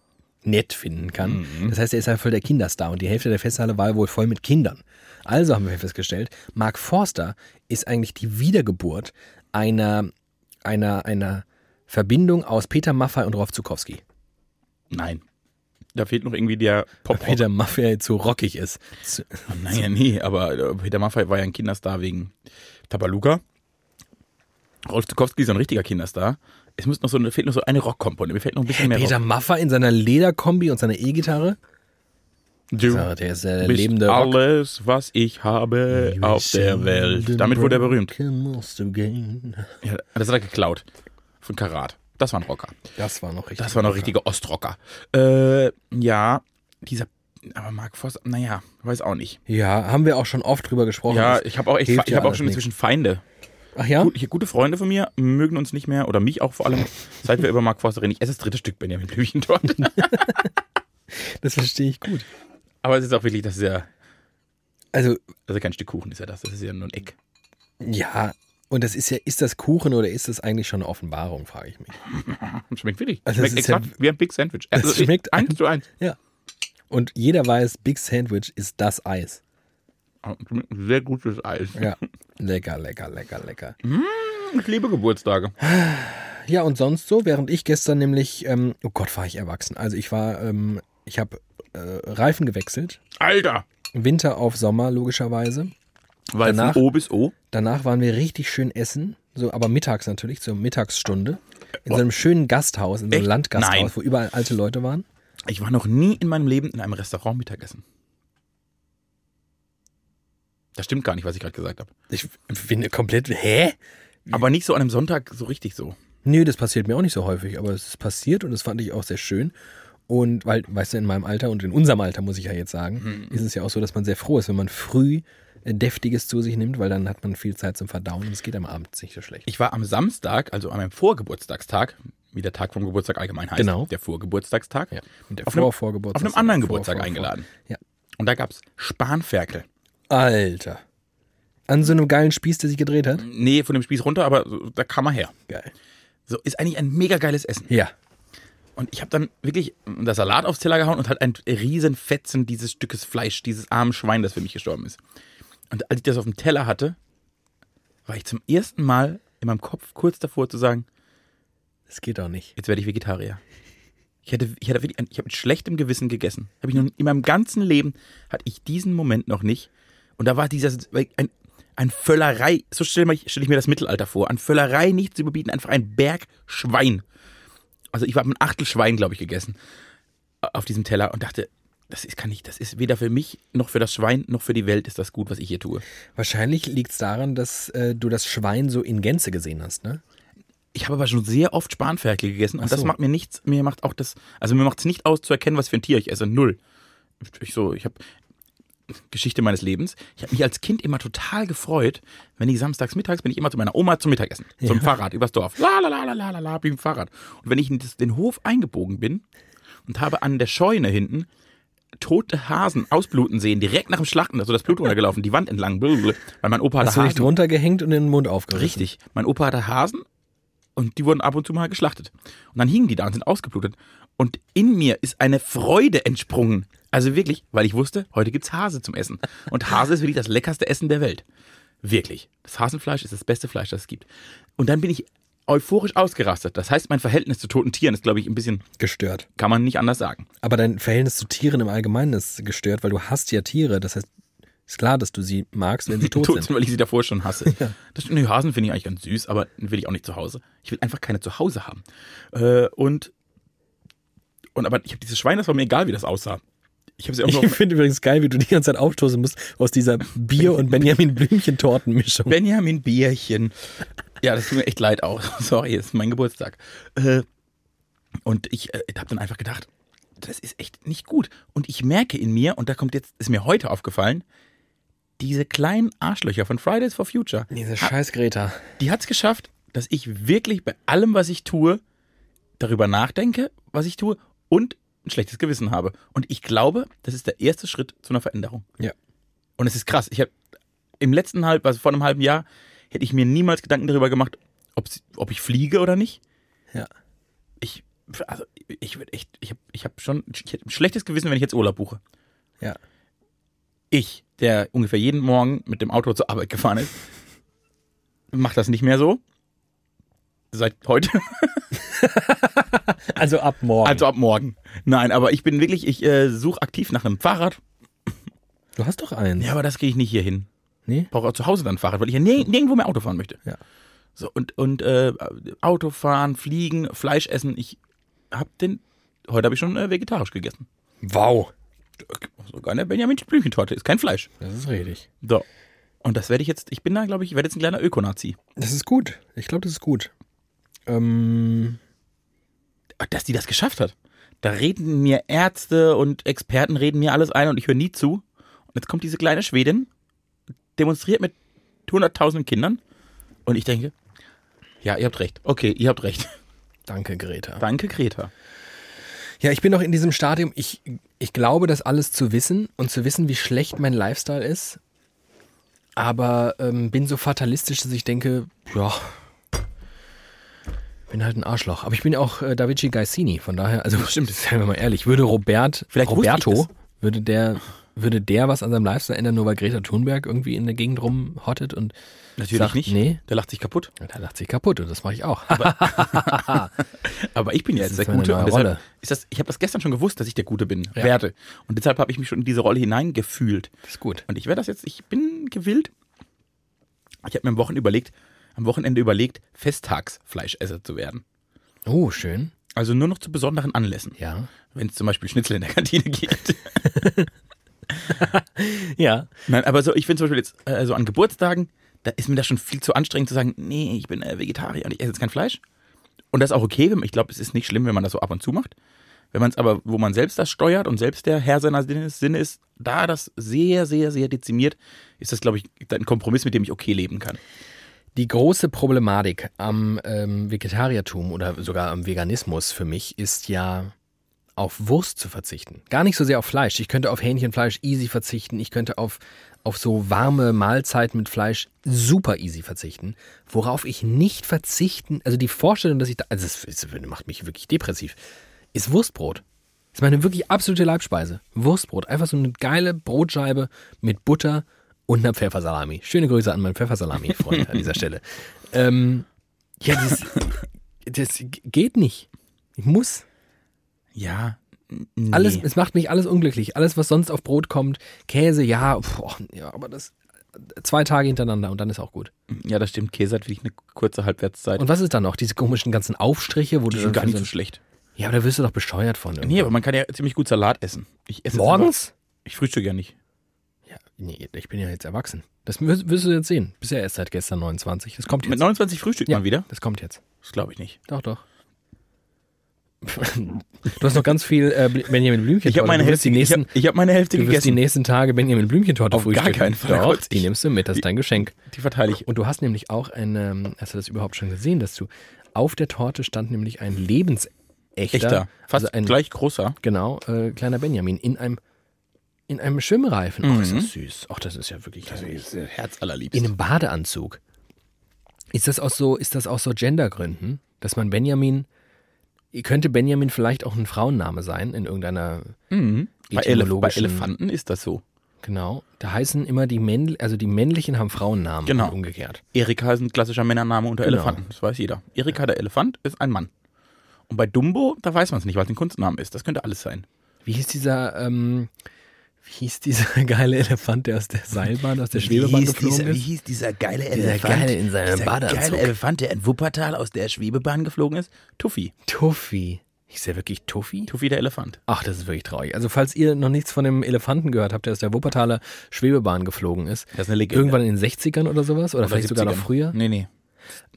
A: nett finden kann. Das heißt, er ist halt voll der Kinderstar und die Hälfte der Festhalle war wohl voll mit Kindern. Also haben wir festgestellt, Mark Forster ist eigentlich die Wiedergeburt einer, einer, einer Verbindung aus Peter Maffay und Rolf Zukowski.
B: Nein. Da fehlt noch irgendwie der pop -Rock.
A: Peter Maffay zu rockig ist. Zu,
B: Naja, nee, aber äh, Peter Maffay war ja ein Kinderstar wegen Tabaluga. Rolf Zukowski ist ein richtiger Kinderstar. Es muss noch so, eine- fehlt noch so eine Rockkomponente. Mir fehlt noch ein bisschen mehr
A: Peter Maffay in seiner Lederkombi und seiner E-Gitarre.
B: Rock. Du
A: Ja, der ist der
B: bist
A: lebende Rock.
B: alles, was ich habe auf der Welt. Damit wurde er berühmt. Ja, das hat er geklaut. Von Karat. Das war ein Rocker.
A: Das war noch richtig.
B: Das war noch richtige Ostrocker. Äh, ja, dieser. Aber Mark Voss, naja, weiß auch nicht.
A: Ja, haben wir auch schon oft drüber gesprochen.
B: Ja,
A: Das-
B: ich habe auch echt,
A: hilft
B: ich
A: ja
B: habe auch
A: alles
B: schon
A: nichts.
B: inzwischen Feinde.
A: Ach ja?
B: Gut, hier, gute Freunde von mir mögen uns nicht mehr oder mich auch vor allem, seit wir über Mark Forster reden. Ich esse das dritte Stück Benjamin Blümchen dort.
A: Das verstehe ich gut.
B: Aber es ist auch wirklich, das ist ja,
A: Also,
B: also kein Stück Kuchen ist ja das, das ist ja nur ein Eck.
A: ja. Und das ist ja, ist das Kuchen oder ist das eigentlich schon eine Offenbarung, frage ich mich.
B: Schmeckt wirklich.
A: Also das
B: schmeckt
A: ist ja-
B: exakt wie ein Big Sandwich. Also
A: Das schmeckt
B: eins zu eins.
A: Und jeder weiß, Big Sandwich ist das Eis.
B: Oh, Sehr gutes Eis.
A: Ja. Lecker, lecker, lecker, lecker.
B: Ich liebe Geburtstage.
A: Ja, und sonst so, während ich gestern nämlich, ähm, oh Gott, war ich erwachsen. Also ich war, ähm, ich habe äh, Reifen gewechselt,
B: Alter!
A: Winter auf Sommer logischerweise.
B: Weil
A: Danach-
B: von O bis O.
A: Danach waren wir richtig schön essen, so aber mittags natürlich, zur Mittagsstunde. In so einem schönen Gasthaus, in so einem
B: Echt?
A: Landgasthaus,
B: Nein.
A: wo überall alte Leute waren.
B: Ich war noch nie in meinem Leben in einem Restaurant Mittagessen. Das stimmt gar nicht, was ich gerade gesagt habe.
A: Ich finde komplett, hä?
B: Aber nicht so an einem Sonntag so richtig so.
A: Nö, das passiert mir auch nicht so häufig, aber es ist passiert und das fand ich auch sehr schön. Und weil, weißt du, in meinem Alter und in unserem Alter, muss ich ja jetzt
B: Mhm.
A: sagen, ist es ja auch so, dass man sehr froh ist, wenn man früh äh, Deftiges zu sich nimmt, weil dann hat man viel Zeit zum Verdauen und es geht am Abend nicht so schlecht.
B: Ich war am Samstag, also an meinem Vorgeburtstagstag, wie der Tag vom Geburtstag allgemein heißt,
A: Genau.
B: der Vorgeburtstagstag,
A: Ja. Und der
B: Auf einem-
A: Vorvorgeburtstag.
B: auf einem anderen
A: Vor-
B: Geburtstag
A: vor- vor-
B: eingeladen.
A: Ja.
B: Und da gab es Spanferkel.
A: Alter. An so einem geilen Spieß, der sich gedreht hat?
B: Nee, von dem Spieß runter, aber so, da kam er her.
A: Geil.
B: So, ist eigentlich ein mega geiles Essen.
A: Ja.
B: Und ich habe dann wirklich das Salat aufs Teller gehauen und halt einen riesen Fetzen dieses Stückes Fleisch, dieses armen Schwein, das für mich gestorben ist. Und als ich das auf dem Teller hatte, war ich zum ersten Mal in meinem Kopf kurz davor zu sagen,
A: Das geht doch nicht.
B: jetzt werde ich Vegetarier. Ich hätte, ich hätte wirklich, ein- ich habe mit schlechtem Gewissen gegessen. Habe ich noch in meinem ganzen Leben hatte ich diesen Moment noch nicht. Und da war dieser ein, ein Völlerei. So stelle ich, stell ich mir das Mittelalter vor. An Völlerei nichts zu überbieten, einfach ein Berg Schwein. Also ich habe ein Achtel Schwein, glaube ich, gegessen auf diesem Teller und dachte, das ist kann ich, das ist weder für mich noch für das Schwein noch für die Welt ist das gut, was ich hier tue.
A: Wahrscheinlich liegt es daran, dass äh, du das Schwein so in Gänze gesehen hast, ne?
B: Ich habe aber schon sehr oft Spanferkel gegessen und
A: Ach so.
B: das macht mir nichts, mir macht auch das, also mir macht es nicht aus zu erkennen, was für ein Tier ich esse. Null. Ich so, ich habe Geschichte meines Lebens. Ich habe mich als Kind immer total gefreut, wenn ich samstags mittags bin ich immer zu meiner Oma zum Mittagessen, zum Fahrrad übers Dorf. La la la la la la la, bin Fahrrad. Und wenn ich in das- den Hof eingebogen bin und habe an der Scheune hinten tote Hasen ausbluten sehen, direkt nach dem Schlachten, also das Blut runtergelaufen, die Wand entlang, blub, weil mein Opa
A: Hast
B: hatte
A: du dich
B: Hasen.
A: drunter gehängt und in den Mund aufgerissen?
B: Richtig. Mein Opa hatte Hasen und die wurden ab und zu mal geschlachtet. Und dann hingen die da und sind ausgeblutet. Und in mir ist eine Freude entsprungen. Also wirklich, weil ich wusste, heute gibt's Hase zum Essen. Und Hase ist wirklich das leckerste Essen der Welt. Wirklich. Das Hasenfleisch ist das beste Fleisch, das es gibt. Und dann bin ich euphorisch ausgerastet. Das heißt, mein Verhältnis zu toten Tieren ist, glaube ich, ein bisschen,
A: Gestört.
B: kann man nicht anders sagen.
A: Aber dein Verhältnis zu Tieren im Allgemeinen ist gestört, weil du hast ja Tiere. Das heißt, ist klar, dass du sie magst, wenn sie tot sind.
B: weil ich sie davor schon hasse. Das, nee, Hasen finde ich eigentlich ganz süß, aber will ich auch nicht zu Hause. Ich will einfach keine zu Hause haben. Äh, und, und aber ich habe dieses Schwein, das war mir egal, wie das aussah. Ich habe sie auch noch
A: Ich finde übrigens geil, wie du die ganze Zeit aufstoßen musst aus dieser Bier- und Benjamin-Blümchen-Tortenmischung.
B: Benjamin Bierchen. Ja, das tut mir echt leid auch. Sorry, es ist mein Geburtstag. Äh, und ich äh, habe dann einfach gedacht, das ist echt nicht gut. Und ich merke in mir, und da kommt jetzt, ist mir heute aufgefallen, diese kleinen Arschlöcher von Fridays for Future.
A: Diese scheiß Greta.
B: die hat es geschafft, dass ich wirklich bei allem, was ich tue, darüber nachdenke, was ich tue und ein schlechtes Gewissen habe. Und ich glaube, das ist der erste Schritt zu einer Veränderung.
A: Ja.
B: Und es ist krass. Ich habe im letzten halb, also vor einem halben Jahr, hätte ich mir niemals Gedanken darüber gemacht, ob, ob ich fliege oder nicht.
A: Ja.
B: Ich, also ich würde echt, ich habe ich hab schon ich hätte ein schlechtes Gewissen, wenn ich jetzt Urlaub buche.
A: Ja.
B: Ich, der ungefähr jeden Morgen mit dem Auto zur Arbeit gefahren ist, macht das nicht mehr so. Seit heute.
A: Also ab morgen.
B: Also ab morgen. Nein, aber ich bin wirklich, ich äh, suche aktiv nach einem Fahrrad.
A: du hast doch eins.
B: Ja, aber das kriege ich nicht hier hin.
A: Nee?
B: brauche auch zu Hause dann ein Fahrrad, weil ich ja nirg nirgendwo mehr Auto fahren möchte.
A: Ja.
B: So, und, und äh, Auto fahren, fliegen, Fleisch essen. Ich habe den, heute habe ich schon äh, vegetarisch gegessen.
A: Wow.
B: Sogar eine ne? Benjamin Blümchentorte ist kein Fleisch.
A: Das ist richtig.
B: So. Und das werde ich jetzt, ich bin da, glaube ich, ich werde jetzt ein kleiner Ökonazi.
A: Das ist gut. Ich glaube, das ist gut. Ähm,
B: Dass die das geschafft hat. Da reden mir Ärzte und Experten reden mir alles ein und ich höre nie zu. Und jetzt kommt diese kleine Schwedin, demonstriert mit 100.000 Kindern und ich denke, ja, ihr habt recht. Okay, ihr habt recht.
A: danke, Greta.
B: Danke, Greta.
A: Ja, ich bin noch in diesem Stadium. Ich, ich glaube, das alles zu wissen und zu wissen, wie schlecht mein Lifestyle ist. Aber ähm, bin so fatalistisch, dass ich denke, ja, bin halt ein Arschloch. Aber ich bin auch äh, Da Vinci Gaisini, von daher, also
B: Stimmt.
A: seien wir mal ehrlich, würde Robert,
B: Vielleicht wusste ich
A: Roberto,
B: das.
A: würde der, würde der was an seinem Lifestyle ändern, nur weil Greta Thunberg irgendwie in der Gegend rumhottet und
B: Natürlich
A: sagt,
B: nicht.
A: Nee,
B: Der lacht sich kaputt.
A: da lacht sich kaputt und das mache ich auch.
B: Aber ich bin ja
A: Das
B: jetzt
A: ist
B: der
A: meine
B: Gute.
A: neue
B: Und deshalb
A: Rolle.
B: ist das, ich habe das gestern schon gewusst, dass ich der Gute bin,
A: Ja.
B: werde. Und deshalb habe ich mich schon in diese Rolle hineingefühlt.
A: das ist gut.
B: Und ich werde das jetzt, ich bin gewillt. Ich habe mir am Wochenende überlegt, am Wochenende überlegt, Festtagsfleischesser zu werden.
A: Oh, schön.
B: Also nur noch zu besonderen Anlässen.
A: Ja.
B: Wenn es zum Beispiel Schnitzel in der Kantine gibt.
A: Ja.
B: Nein, aber so, ich finde zum Beispiel jetzt, äh, so an Geburtstagen, da ist mir das schon viel zu anstrengend zu sagen, nee, ich bin äh, Vegetarier und ich esse jetzt kein Fleisch. Und das ist auch okay, wenn, ich glaube, es ist nicht schlimm, wenn man das so ab und zu macht. Wenn man es aber, wo man selbst das steuert und selbst der Herr seiner Sinne ist, Sinne ist da das sehr, sehr, sehr dezimiert, ist das, glaube ich, ein Kompromiss, mit dem ich okay leben kann.
A: Die große Problematik am ähm, Vegetariertum oder sogar am Veganismus für mich ist ja auf Wurst zu verzichten. Gar nicht so sehr auf Fleisch. Ich könnte auf Hähnchenfleisch easy verzichten. Ich könnte auf, auf so warme Mahlzeiten mit Fleisch super easy verzichten. Worauf ich nicht verzichten, also die Vorstellung, dass ich da, also das, ist- macht mich wirklich depressiv, ist Wurstbrot. Das ist meine wirklich absolute Leibspeise. Wurstbrot. Einfach so eine geile Brotscheibe mit Butter und einer Pfeffersalami. Schöne Grüße an meinen Pfeffersalami-Freund an dieser Stelle. Ähm, ja, das, das geht nicht. Ich muss.
B: Ja. n- Nee.
A: Alles, Es macht mich alles unglücklich. Alles, was sonst auf Brot kommt, Käse, ja, boah, ja, aber das zwei Tage hintereinander und dann ist auch gut.
B: Ja, das stimmt. Käse hat wirklich eine kurze Halbwertszeit.
A: Und was ist dann noch? Diese komischen ganzen Aufstriche, wo
B: die
A: du
B: sind
A: dann
B: gar
A: für
B: nicht
A: so
B: so schlecht.
A: Ja, aber da wirst du doch bescheuert von.
B: Nee,
A: Nee,
B: aber man kann ja ziemlich gut Salat essen. Ich esse jetzt
A: Morgens?
B: Einfach, ich frühstücke ja nicht.
A: Ja, nee, ich bin ja jetzt erwachsen. Das wirst, wirst du jetzt sehen. Bist ja erst seit gestern 29. Das kommt
B: Mit
A: jetzt.
B: 29 frühstückt
A: Ja.
B: man wieder?
A: Das kommt jetzt.
B: Das glaube ich nicht.
A: Doch, doch. du hast noch ganz viel äh, Bl- Benjamin Blümchen.
B: Ich habe meine,
A: du wirst
B: Hälfte-
A: die
B: ich
A: nächsten,
B: hab, ich hab meine Hälfte
A: du wirst die
B: gegessen.
A: nächsten Tage Benjamin Blümchen-Torte
B: Auf gar
A: frühstücken.
B: keinen Fall.
A: Doch,
B: Ich-
A: die nimmst du mit, das ist dein Geschenk.
B: Die verteile ich.
A: Und du hast nämlich auch ein, ähm, hast du das überhaupt schon gesehen, dass du auf der Torte stand nämlich ein lebensechter,
B: Echter. Fast
A: also ein
B: gleich großer.
A: genau äh, kleiner Benjamin in einem in einem Schwimmreifen. Ach, ist
B: Mhm.
A: das süß. Ach, das ist ja wirklich
B: Also Herz allerliebst.
A: in einem Badeanzug. Ist das auch so? Ist das auch so Gendergründen, dass man Benjamin könnte Benjamin vielleicht auch ein Frauenname sein in irgendeiner
B: Mhm. Bei, Elef bei
A: etymologischen-
B: Elefanten ist das so.
A: genau. Da heißen immer die Männl also die männlichen haben Frauennamen
B: Genau.
A: und umgekehrt.
B: Erika ist ein klassischer Männername unter
A: Genau.
B: Elefanten. Das weiß jeder. Erika der Elefant ist ein Mann. Und bei Dumbo, da weiß man es nicht, weil es ein Kunstname ist. Das könnte alles sein.
A: Wie hieß dieser, ähm, wie hieß dieser geile Elefant, der aus der Seilbahn, aus der Schwebebahn geflogen
B: dieser, wie
A: ist?
B: hieß dieser geile
A: Dieser
B: Elefant?
A: geile in seinem
B: dieser
A: Badeanzug.
B: geile Elefant, der in Wuppertal aus der Schwebebahn geflogen ist? Tuffy.
A: Tuffy. Hieß der wirklich Tuffy?
B: Tuffy der Elefant.
A: Ach, das ist wirklich traurig. Also, falls ihr noch nichts von dem Elefanten gehört habt, der aus der Wuppertaler Schwebebahn geflogen ist,
B: Das ist eine Legende.
A: irgendwann in den 60ern oder sowas, oder, vielleicht sogar noch
B: 70ern.
A: früher,
B: Nee, nee.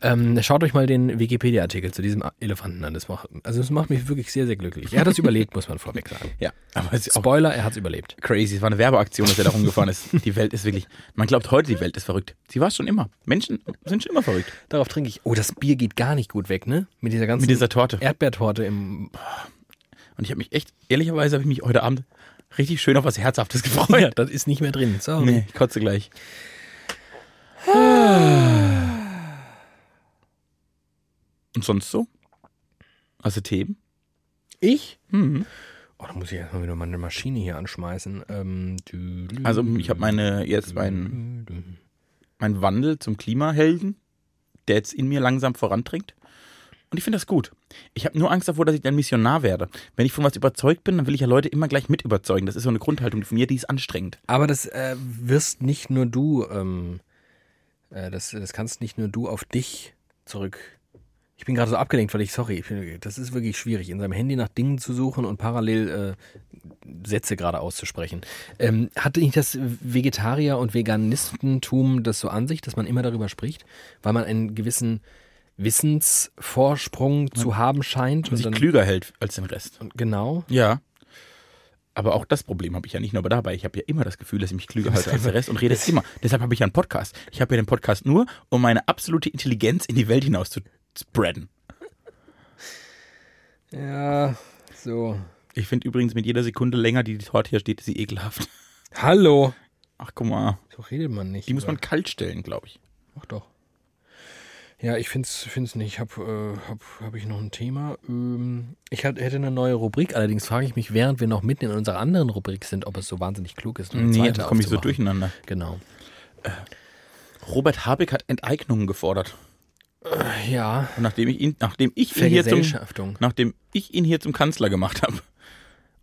A: ähm, schaut euch mal den Wikipedia-Artikel zu diesem Elefanten an. Das macht, also, das macht mich wirklich sehr, sehr glücklich. Er hat es überlebt, muss man vorweg sagen.
B: Ja, aber es ist auch
A: Spoiler, er hat es überlebt.
B: crazy. Es war eine Werbeaktion, dass er da rumgefahren ist. Die Welt ist wirklich. Man glaubt heute, die Welt ist verrückt. Sie war es schon immer. Menschen sind schon immer verrückt.
A: Darauf trinke ich. Oh, das Bier geht gar nicht gut weg, ne? Mit dieser ganzen
B: Mit dieser Torte.
A: Erdbeertorte im
B: Und ich habe mich echt, ehrlicherweise habe ich mich heute Abend richtig schön auf was Herzhaftes gefreut.
A: Ja, das ist nicht mehr drin. Sorry.
B: Nee, ich kotze gleich. Und sonst so? Also Themen?
A: Ich?
B: Mhm.
A: Oh, da muss ich erstmal wieder meine Maschine hier anschmeißen. Ähm, dü-
B: Also ich habe meine jetzt meinen mein Wandel zum Klimahelden, der jetzt in mir langsam vorantrinkt. Und ich finde das gut. Ich habe nur Angst davor, dass ich ein Missionar werde. Wenn ich von was überzeugt bin, dann will ich ja Leute immer gleich mit überzeugen. Das ist so eine Grundhaltung von mir, die ist anstrengend.
A: Aber das äh, wirst nicht nur du, ähm, äh, das, das kannst nicht nur du auf dich zurück. Ich bin gerade so abgelenkt, weil ich, sorry, ich bin, das ist wirklich schwierig, in seinem Handy nach Dingen zu suchen und parallel äh, Sätze gerade auszusprechen. Ähm, hatte nicht das Vegetarier- und Veganistentum das so an sich, dass man immer darüber spricht, weil man einen gewissen Wissensvorsprung zu haben scheint?
B: Und
A: Und
B: sich
A: dann,
B: klüger hält als den Rest.
A: und genau.
B: Ja. Aber auch das Problem habe ich ja nicht nur dabei. Ich habe ja immer das Gefühl, dass ich mich klüger halte als der Rest und rede es immer. Deshalb habe ich ja einen Podcast. Ich habe ja den Podcast nur, um meine absolute Intelligenz in die Welt hinaus zu spreaden.
A: Ja, so.
B: Ich finde übrigens mit jeder Sekunde länger, die die Torte hier steht, ist sie ekelhaft.
A: Hallo.
B: Ach, guck mal.
A: So redet man nicht.
B: Die muss
A: über-
B: man kalt stellen, glaube ich.
A: Ach doch. Ja, ich find's, find's nicht. Hab, äh, hab, hab ich noch ein Thema? Ähm, ich hat, hätte eine neue Rubrik, allerdings frage ich mich, während wir noch mitten in unserer anderen Rubrik sind, ob es so wahnsinnig klug ist. eine
B: Nee,
A: zweite
B: da komme ich so
A: aufzumachen.
B: durcheinander.
A: Genau.
B: Robert Habeck hat Enteignungen gefordert.
A: Ja,
B: Und nachdem ich ihn, nachdem ich ihn hier zum,
A: Vergesellschaftung.
B: nachdem ich ihn hier zum Kanzler gemacht habe.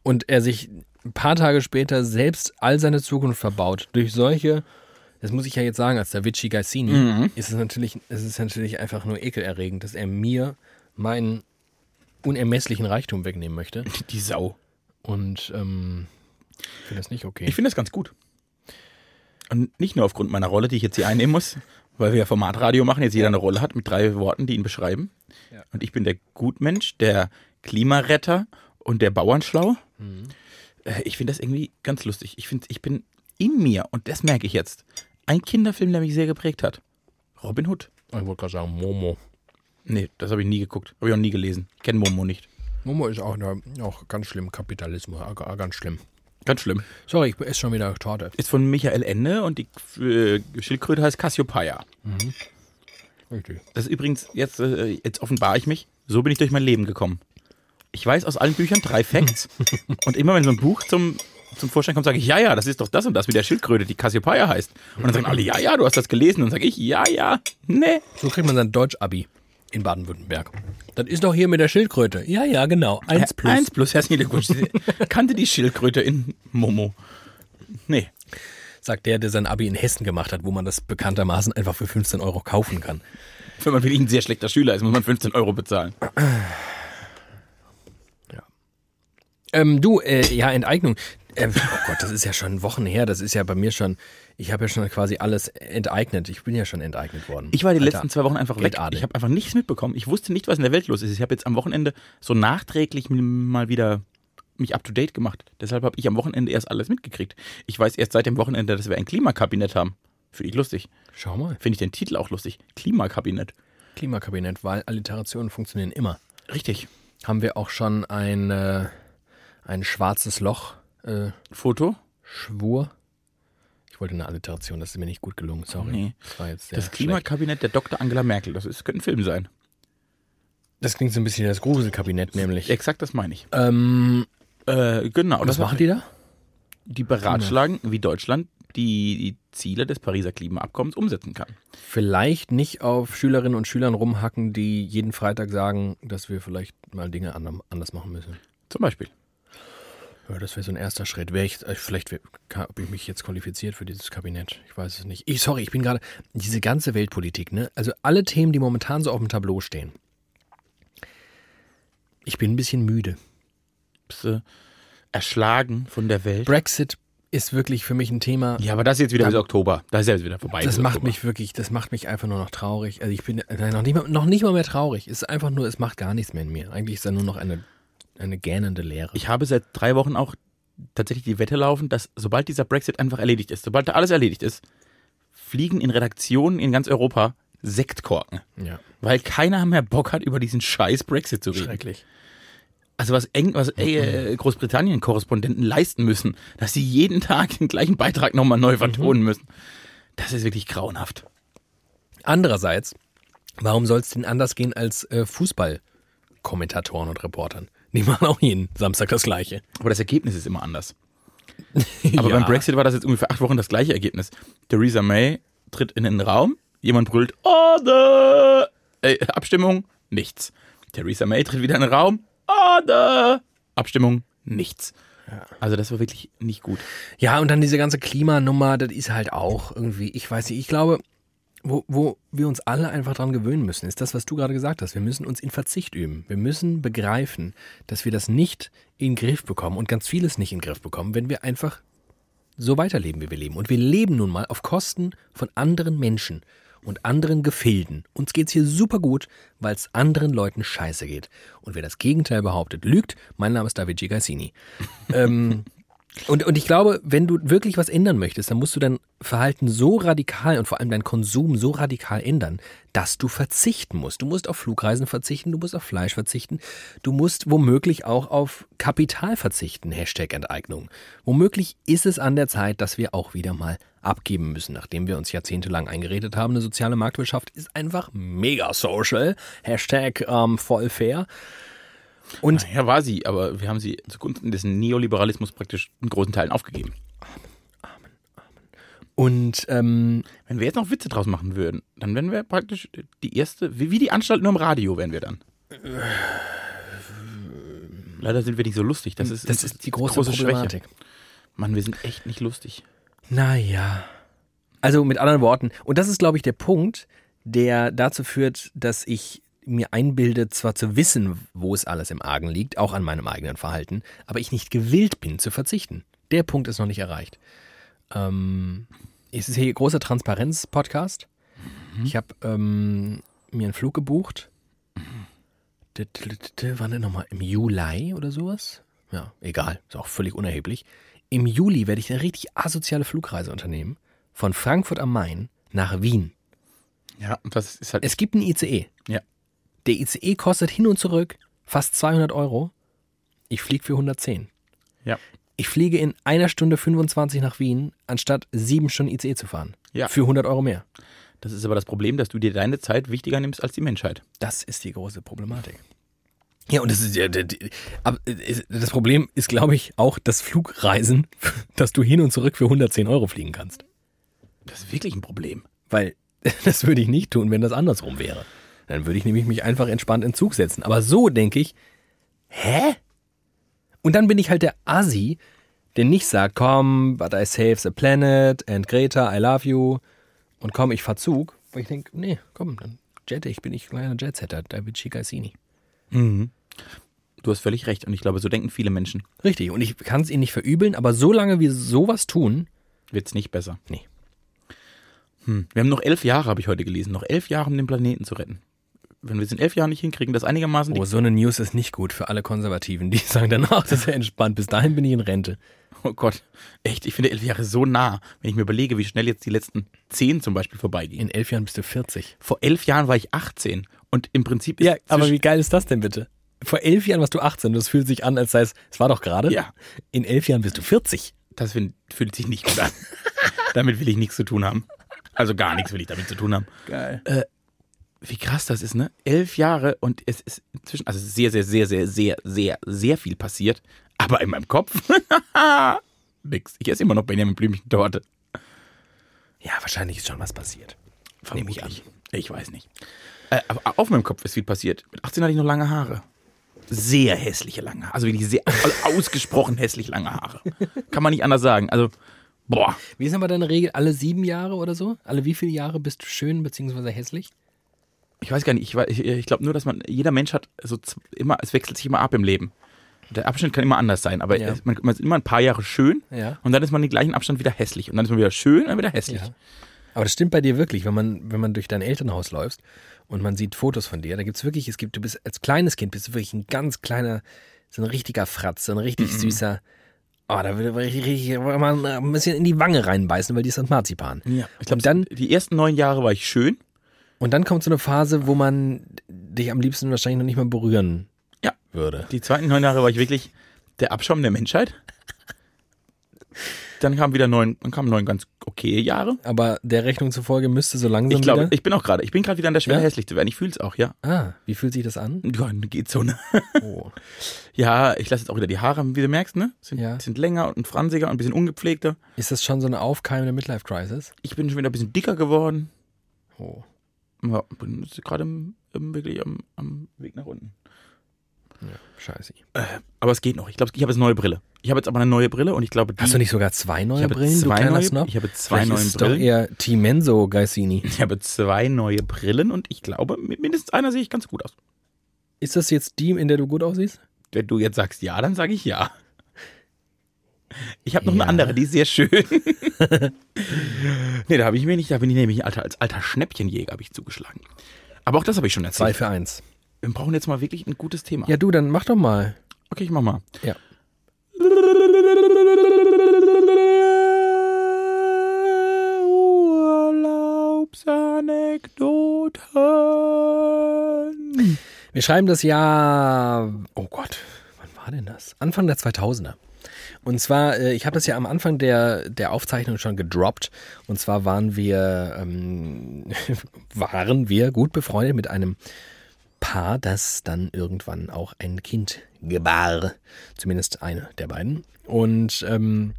A: Und er sich ein paar Tage später selbst all seine Zukunft verbaut. Durch solche, das muss ich ja jetzt sagen, als Davici Gassini,
B: Mhm.
A: ist es natürlich, es ist natürlich einfach nur ekelerregend, dass er mir meinen unermesslichen Reichtum wegnehmen möchte.
B: Die Sau.
A: Und ähm, ich finde das nicht okay.
B: Ich finde das ganz gut. Und nicht nur aufgrund meiner Rolle, die ich jetzt hier einnehmen muss, weil wir ja Formatradio machen, jetzt jeder eine Rolle hat mit drei Worten, die ihn beschreiben.
A: Ja.
B: Und ich bin der Gutmensch, der Klimaretter und der Bauernschlau. Äh, Ich finde das irgendwie ganz lustig. Ich finde, ich bin in mir, und das merke ich jetzt, ein Kinderfilm, der mich sehr geprägt hat. Robin Hood.
A: Ich wollte gerade sagen, Momo.
B: Nee, das habe ich nie geguckt. Habe ich auch nie gelesen. Kenn Momo nicht.
A: Momo ist auch, eine, auch ganz schlimm, Kapitalismus, ah, ah, ganz schlimm.
B: Ganz schlimm.
A: Sorry, ich esse schon wieder Torte.
B: Ist von Michael Ende und die äh, Schildkröte heißt Cassiopeia.
A: Richtig.
B: Das ist übrigens, jetzt, äh, jetzt offenbare ich mich, so bin ich durch mein Leben gekommen. Ich weiß aus allen Büchern drei Facts. und immer wenn so ein Buch zum, zum Vorschein kommt, sage ich, ja, ja, das ist doch das und das mit der Schildkröte, die Cassiopeia heißt. Und dann sagen alle, ja, ne. ja, du hast das gelesen. Und dann sage ich, ja, ja, nee.
A: So kriegt man sein Deutsch-Abi. in Baden-Württemberg. Das ist doch hier mit der Schildkröte. Ja, ja, genau. Eins plus.
B: Eins plus, herzlichen Glückwunsch. Sie kannte die Schildkröte in Momo. Nee.
A: Sagt der, der sein Abi in Hessen gemacht hat, wo man das bekanntermaßen einfach für 15 Euro kaufen kann.
B: Wenn man wirklich ein sehr schlechter Schüler ist, muss man 15 Euro bezahlen.
A: Ähm, du, äh, ja, Enteignung. Ähm, oh Gott, das ist ja schon Wochen her. Das ist ja bei mir schon. Ich habe ja schon quasi alles enteignet. Ich bin ja schon enteignet worden.
B: Ich war die
A: Alter.
B: letzten zwei Wochen einfach weg.
A: Adel.
B: Ich habe einfach nichts mitbekommen. Ich wusste nicht, was in der Welt los ist. Ich habe jetzt am Wochenende so nachträglich m- mal wieder mich up to date gemacht. Deshalb habe ich am Wochenende erst alles mitgekriegt. Ich weiß erst seit dem Wochenende, dass wir ein Klimakabinett haben. Finde ich lustig.
A: Schau mal.
B: Finde ich den Titel auch lustig. Klimakabinett.
A: Klimakabinett, weil Alliterationen funktionieren immer.
B: Richtig.
A: Haben wir auch schon ein, äh, ein schwarzes Loch. Äh,
B: Foto?
A: Schwur. Ich wollte eine Alliteration, das ist mir nicht gut gelungen, sorry.
B: Nee.
A: Das, war jetzt sehr
B: Das
A: schlecht.
B: Klimakabinett der Dr. Angela Merkel. Das ist, könnte ein Film sein.
A: das klingt so ein bisschen wie das Gruselkabinett, nämlich.
B: Exakt das meine ich.
A: Ähm,
B: Äh, genau.
A: was
B: Das
A: machen die da?
B: die beratschlagen, wie Deutschland die, die Ziele des Pariser Klimaabkommens umsetzen kann.
A: Vielleicht nicht auf Schülerinnen und Schülern rumhacken, die jeden Freitag sagen, dass wir vielleicht mal Dinge ander- anders machen müssen.
B: Zum Beispiel.
A: Ja, das wäre so ein erster Schritt. Wär ich, äh, vielleicht wär, ka- ob ich mich jetzt qualifiziert für dieses Kabinett. Ich weiß es nicht. Ich, sorry, ich bin gerade. Diese ganze Weltpolitik, ne? Also alle Themen, die momentan so auf dem Tableau stehen. Ich bin ein bisschen müde.
B: Bist du erschlagen von der Welt?
A: Brexit ist wirklich für mich ein Thema.
B: Ja, aber das ist jetzt wieder
A: Ja.
B: bis Oktober. Da ist ja jetzt wieder vorbei.
A: Das
B: bis
A: macht
B: Oktober.
A: mich wirklich, das macht mich einfach nur noch traurig. Also ich bin nein, noch nicht mal, noch nicht mal mehr traurig. Es ist einfach nur, es macht gar nichts mehr in mir. Eigentlich ist da nur noch eine, eine gähnende Leere.
B: Ich habe seit drei Wochen auch tatsächlich die Wette laufen, dass sobald dieser Brexit einfach erledigt ist, sobald da alles erledigt ist, fliegen in Redaktionen in ganz Europa Sektkorken.
A: ja,
B: Weil keiner mehr Bock hat, über diesen scheiß Brexit zu reden.
A: schrecklich.
B: Also was, Eng was äh, Großbritannien-Korrespondenten leisten müssen, dass sie jeden Tag den gleichen Beitrag nochmal neu vertonen müssen. Das ist wirklich grauenhaft.
A: Andererseits, warum soll es denn anders gehen als äh, Fußballkommentatoren und Reportern? Die machen auch jeden Samstag das Gleiche.
B: Aber das Ergebnis ist immer anders. Aber
A: Ja.
B: beim Brexit war das jetzt ungefähr acht Wochen das gleiche Ergebnis. Theresa May tritt in den Raum, jemand brüllt Order! Äh, Abstimmung, nichts. Theresa May tritt wieder in den Raum, Order! Abstimmung, nichts. Also das war wirklich nicht gut.
A: Ja, und dann diese ganze Klimanummer, das ist halt auch irgendwie, ich weiß nicht, ich glaube, wo, wo wir uns alle einfach dran gewöhnen müssen, ist das, was du gerade gesagt hast. Wir müssen uns in Verzicht üben. Wir müssen begreifen, dass wir das nicht in den Griff bekommen und ganz vieles nicht in den Griff bekommen, wenn wir einfach so weiterleben, wie wir leben. Und wir leben nun mal auf Kosten von anderen Menschen und anderen Gefilden. Uns geht's hier super gut, weil es anderen Leuten scheiße geht. Und wer das Gegenteil behauptet, lügt. Mein Name ist David Gigassini. ähm, und, und ich glaube, wenn du wirklich was ändern möchtest, dann musst du dein Verhalten so radikal und vor allem dein Konsum so radikal ändern, dass du verzichten musst. Du musst auf Flugreisen verzichten, du musst auf Fleisch verzichten, du musst womöglich auch auf Kapital verzichten, Hashtag Enteignung. Womöglich ist es an der Zeit, dass wir auch wieder mal abgeben müssen, nachdem wir uns jahrzehntelang eingeredet haben, eine soziale Marktwirtschaft ist einfach mega social, Hashtag ähm, voll fair. Und
B: Ja, war sie, aber wir haben sie zugunsten des Neoliberalismus praktisch in großen Teilen aufgegeben.
A: Und ähm,
B: Wenn wir jetzt noch Witze draus machen würden, dann wären wir praktisch die erste, wie, wie die Anstalt nur im Radio wären wir dann. Leider sind wir nicht so lustig. Das ist,
A: das ist die große, Problematik.
B: Mann, wir sind echt nicht lustig.
A: Naja. Also mit anderen Worten, und das ist, glaube ich, der Punkt, der dazu führt, dass ich mir einbilde, zwar zu wissen, wo es alles im Argen liegt, auch an meinem eigenen Verhalten, aber ich nicht gewillt bin zu verzichten. Der Punkt ist noch nicht erreicht. Ähm, es ist hier großer Transparenz-Podcast. Ich habe ähm, mir einen Flug gebucht. D- d- d- d- Wann denn nochmal? Im Juli oder sowas? Ja, egal. Ist auch völlig unerheblich. Im Juli werde ich eine richtig asoziale Flugreise unternehmen. Von Frankfurt am Main nach Wien.
B: Ja, und das ist halt.
A: Es gibt einen ICE.
B: Ja.
A: E. Der ICE kostet hin und zurück fast 200 Euro. Ich fliege für 110.
B: Ja.
A: Ich fliege in einer Stunde 25 nach Wien, anstatt sieben Stunden ICE zu fahren.
B: Ja.
A: Für 100 Euro mehr.
B: das ist aber das Problem, dass du dir deine Zeit wichtiger nimmst als die Menschheit.
A: Das ist die große Problematik. Ja, und das ist ja, d- d- ab- äh, das Problem ist, glaube ich, auch das Flugreisen, dass du hin und zurück für 110 Euro fliegen kannst.
B: Das ist wirklich ein Problem.
A: Weil das würde ich nicht tun, wenn das andersrum wäre. Dann würde ich nämlich mich einfach entspannt in den Zug setzen. Aber so denke ich, hä? Und dann bin ich halt der Asi, der nicht sagt, komm, but I save the planet and Greta, I love you und komm, ich fahr Zug. Weil ich denke, nee, komm, dann jette ich, bin ich kleiner Jetsetter, David Chicassini.
B: Du hast völlig recht und ich glaube, so denken viele Menschen.
A: Richtig, und ich kann es ihnen nicht verübeln, aber solange wir sowas tun,
B: Wird's nicht besser.
A: Nee.
B: Hm. Wir haben noch elf Jahre, habe ich heute gelesen, noch elf Jahre, um den Planeten zu retten. Wenn wir es in elf Jahren nicht hinkriegen, das einigermaßen
A: oh, so eine News ist nicht gut für alle Konservativen, die sagen danach, das ist ja entspannt, bis dahin bin ich in Rente.
B: Oh Gott, echt, ich finde elf Jahre so nah, wenn ich mir überlege, wie schnell jetzt die letzten zehn zum Beispiel vorbeigehen.
A: In elf Jahren bist du 40.
B: Vor elf Jahren war ich 18 und im Prinzip ist zwischen-
A: geil ist das denn bitte? Vor elf Jahren warst du 18, das fühlt sich an, als sei es, es war doch gerade.
B: Ja.
A: In elf Jahren bist du 40.
B: das find, fühlt sich nicht gut an. damit will ich nichts zu tun haben. Also gar nichts will ich damit zu tun haben. Äh,
A: Geil.
B: Wie krass das ist, ne? Elf Jahre und es ist inzwischen, also es ist sehr, sehr, sehr, sehr, sehr, sehr, sehr viel passiert. Aber in meinem Kopf, nix. Ich esse immer noch Benjamin Blümchen-Torte.
A: Ja, wahrscheinlich ist schon was passiert.
B: Nehme ich an. Ich weiß nicht. Äh, aber auf meinem Kopf ist viel passiert. Mit 18 hatte ich noch lange Haare. Sehr hässliche lange Haare. Also wirklich sehr also ausgesprochen hässlich lange Haare. Kann man nicht anders sagen. Also, boah.
A: Wie ist aber deine Regel? Alle sieben Jahre oder so? Alle wie viele Jahre bist du schön bzw. hässlich?
B: Ich weiß gar nicht. Ich, weiß- ich, ich glaube nur, dass man, jeder Mensch hat so z- immer, es wechselt sich immer ab im Leben. Der Abschnitt kann immer anders sein, aber
A: Ja.
B: es- man, man ist immer ein paar Jahre schön
A: Ja.
B: und dann ist man den gleichen Abstand wieder hässlich. Und dann ist man wieder schön und dann wieder hässlich.
A: Ja. Aber das stimmt bei dir wirklich, wenn man, wenn man durch dein Elternhaus läufst und man sieht Fotos von dir, da gibt es wirklich, es gibt, du bist als kleines Kind, bist du wirklich ein ganz kleiner, so ein richtiger Fratz, so ein richtig
B: Mhm.
A: süßer, oh, da würde man richtig, richtig mal ein bisschen in die Wange reinbeißen, weil die ist aus Marzipan.
B: Ich glaube,
A: Und dann-
B: dann die ersten neun Jahre war ich schön.
A: Und dann kommt so eine Phase, wo man dich am liebsten wahrscheinlich noch nicht mal berühren
B: Ja.
A: würde.
B: Die zweiten neun Jahre war ich wirklich der Abschaum der Menschheit. Dann kamen wieder neun, dann kamen neun ganz okay Jahre.
A: Aber der Rechnung zufolge müsste so langsam
B: Ich glaube,
A: wieder...
B: ich bin auch gerade, ich bin gerade wieder an der Schwelle
A: Ja?
B: hässlich zu werden. Ich fühle es auch, ja.
A: ah, wie fühlt sich das an?
B: Ja, geht so, ne?
A: Oh.
B: Ja, ich lasse jetzt auch wieder die Haare, wie du merkst, ne? Sind,
A: Ja.
B: sind länger und fransiger und ein bisschen ungepflegter.
A: Ist das schon so eine aufkeimende Midlife-Crisis?
B: Ich bin schon wieder ein bisschen dicker geworden.
A: Oh.
B: Ja, bin jetzt gerade im, im, wirklich am, am Weg nach unten.
A: Ja, scheiße.
B: Aber es geht noch. Ich glaube, ich habe jetzt neue Brille. Ich habe jetzt aber eine neue Brille und ich glaube, die,
A: Hast du nicht sogar zwei
B: ich
A: neue
B: habe
A: Brillen, du
B: zwei
A: kleiner
B: neue,
A: Snob?
B: Ich habe zwei
A: Vielleicht
B: neue
A: ist es
B: Brillen.
A: doch eher Timenso Gaisini.
B: Ich habe zwei neue Brillen und ich glaube, mit mindestens einer sehe ich ganz gut aus.
A: Ist das jetzt die, in der du gut aussiehst?
B: Wenn du jetzt sagst ja, dann sage ich ja. Ich habe noch
A: Ja.
B: eine andere, die ist sehr schön. nee, da habe ich mir nicht, da bin ich nämlich alter, als alter Schnäppchenjäger habe ich zugeschlagen. Aber auch das habe ich schon
A: Zwei
B: erzählt.
A: für eins.
B: Wir brauchen jetzt mal wirklich ein gutes Thema.
A: Ja, du, dann mach doch mal.
B: Okay, ich mach mal.
A: Ja.
B: Urlaubsanekdoten.
A: Wir schreiben das Jahr. Oh Gott, wann war denn das? Anfang der 2000er. Und zwar, äh, ich habe das ja am Anfang der, der Aufzeichnung schon gedroppt. Und zwar waren wir, ähm, waren wir gut befreundet mit einem Paar, das dann irgendwann auch ein Kind gebar. Zumindest eine der beiden. Und ähm,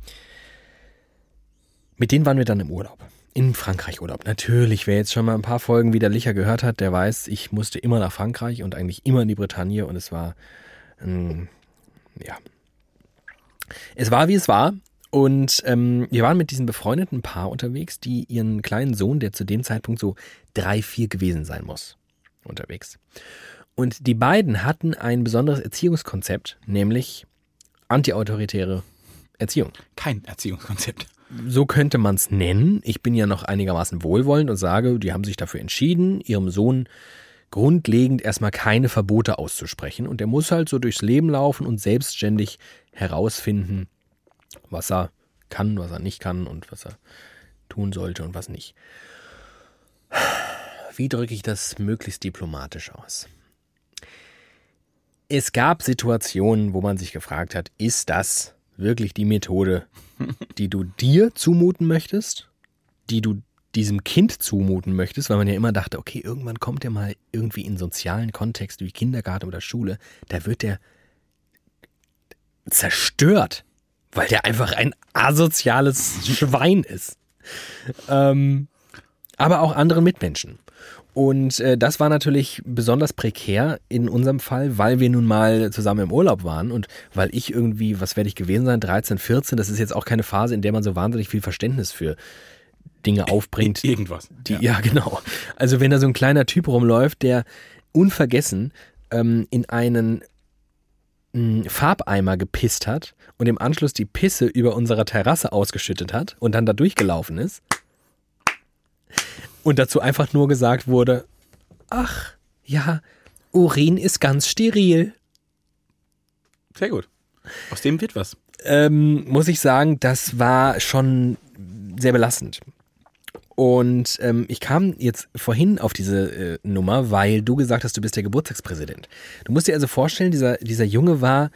A: mit denen waren wir dann im Urlaub. In Frankreich Urlaub. Natürlich, wer jetzt schon mal ein paar Folgen widerlicher gehört hat, der weiß, ich musste immer nach Frankreich und eigentlich immer in die Bretagne und es war, ähm, ja, es war wie es war. Und ähm, wir waren mit diesem befreundeten Paar unterwegs, die ihren kleinen Sohn, der zu dem Zeitpunkt so drei, vier gewesen sein muss, unterwegs. Und die beiden hatten ein besonderes Erziehungskonzept, nämlich antiautoritäre Erziehung
B: Kein Erziehungskonzept.
A: so könnte man es nennen. Ich bin ja noch einigermaßen wohlwollend und sage, die haben sich dafür entschieden, ihrem Sohn grundlegend erstmal keine Verbote auszusprechen. Und er muss halt so durchs Leben laufen und selbstständig herausfinden, was er kann, was er nicht kann und was er tun sollte und was nicht. Wie drücke ich das möglichst diplomatisch aus? Es gab Situationen, wo man sich gefragt hat, ist das wirklich die Methode, die du dir zumuten möchtest, die du diesem Kind zumuten möchtest, weil man ja immer dachte, okay, irgendwann kommt er mal irgendwie in sozialen Kontext wie Kindergarten oder Schule, da wird der zerstört, weil der einfach ein asoziales Schwein ist. Ähm, aber auch anderen Mitmenschen. Und äh, das war natürlich besonders prekär in unserem Fall, weil wir nun mal zusammen im Urlaub waren und weil ich irgendwie, was werde ich gewesen sein, 13, 14, das ist jetzt auch keine Phase, in der man so wahnsinnig viel Verständnis für Dinge aufbringt.
B: Irgendwas.
A: Die, ja. genau. Also wenn da so ein kleiner Typ rumläuft, der unvergessen ähm, in einen mh, Farbeimer gepisst hat und im Anschluss die Pisse über unserer Terrasse ausgeschüttet hat und dann da durchgelaufen ist und dazu einfach nur gesagt wurde, ach, ja, Urin ist ganz steril.
B: Sehr gut. Aus dem wird was.
A: ähm, muss ich sagen, das war schon sehr belastend. Und ähm, ich kam jetzt vorhin auf diese äh, Nummer, weil du gesagt hast, du bist der Geburtstagspräsident. Du musst dir also vorstellen, dieser, dieser Junge war,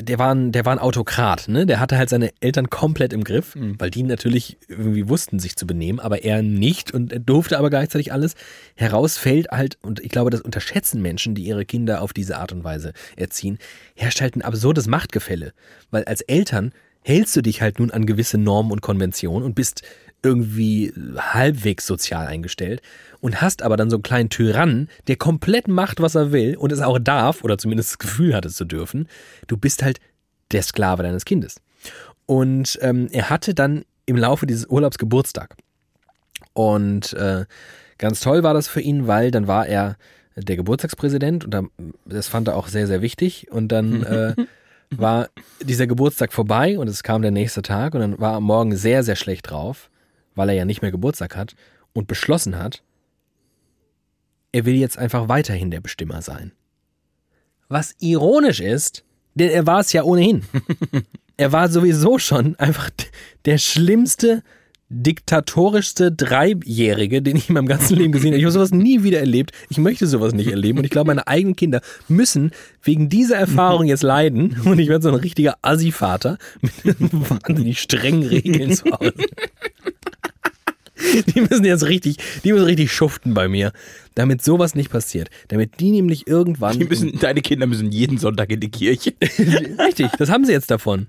A: der war, ein, der war ein Autokrat, ne? Der hatte halt seine Eltern komplett im Griff, weil die natürlich irgendwie wussten, sich zu benehmen, aber er nicht und er durfte aber gleichzeitig alles. Heraus fällt halt, und ich glaube, das unterschätzen Menschen, die ihre Kinder auf diese Art und Weise erziehen, herrscht halt ein absurdes Machtgefälle. Weil als Eltern hältst du dich halt nun an gewisse Normen und Konventionen und bist irgendwie halbwegs sozial eingestellt und hast aber dann so einen kleinen Tyrannen, der komplett macht, was er will und es auch darf oder zumindest das Gefühl hat, es zu dürfen. Du bist halt der Sklave deines Kindes. Und ähm, er hatte dann im Laufe dieses Urlaubs Geburtstag. Und äh, ganz toll war das für ihn, weil dann war er der Geburtstagspräsident und dann, das fand er auch sehr, sehr wichtig. Und dann äh, war dieser Geburtstag vorbei und es kam der nächste Tag und dann war er am Morgen sehr, sehr schlecht drauf, weil er ja nicht mehr Geburtstag hat und beschlossen hat, er will jetzt einfach weiterhin der Bestimmer sein. Was ironisch ist, denn er war es ja ohnehin. er war sowieso schon einfach d- der schlimmste, diktatorischste Dreijährige, den ich in meinem ganzen Leben gesehen habe. Ich habe sowas nie wieder erlebt. Ich möchte sowas nicht erleben. Und ich glaube, meine eigenen Kinder müssen wegen dieser Erfahrung jetzt leiden. Und ich werde so ein richtiger Assi-Vater mit wahnsinnig strengen Regeln zu Hause. Die müssen jetzt richtig, die müssen richtig schuften bei mir, damit sowas nicht passiert. Damit die nämlich irgendwann.
B: Die müssen, deine Kinder müssen jeden Sonntag in die Kirche.
A: Richtig, das haben sie jetzt davon.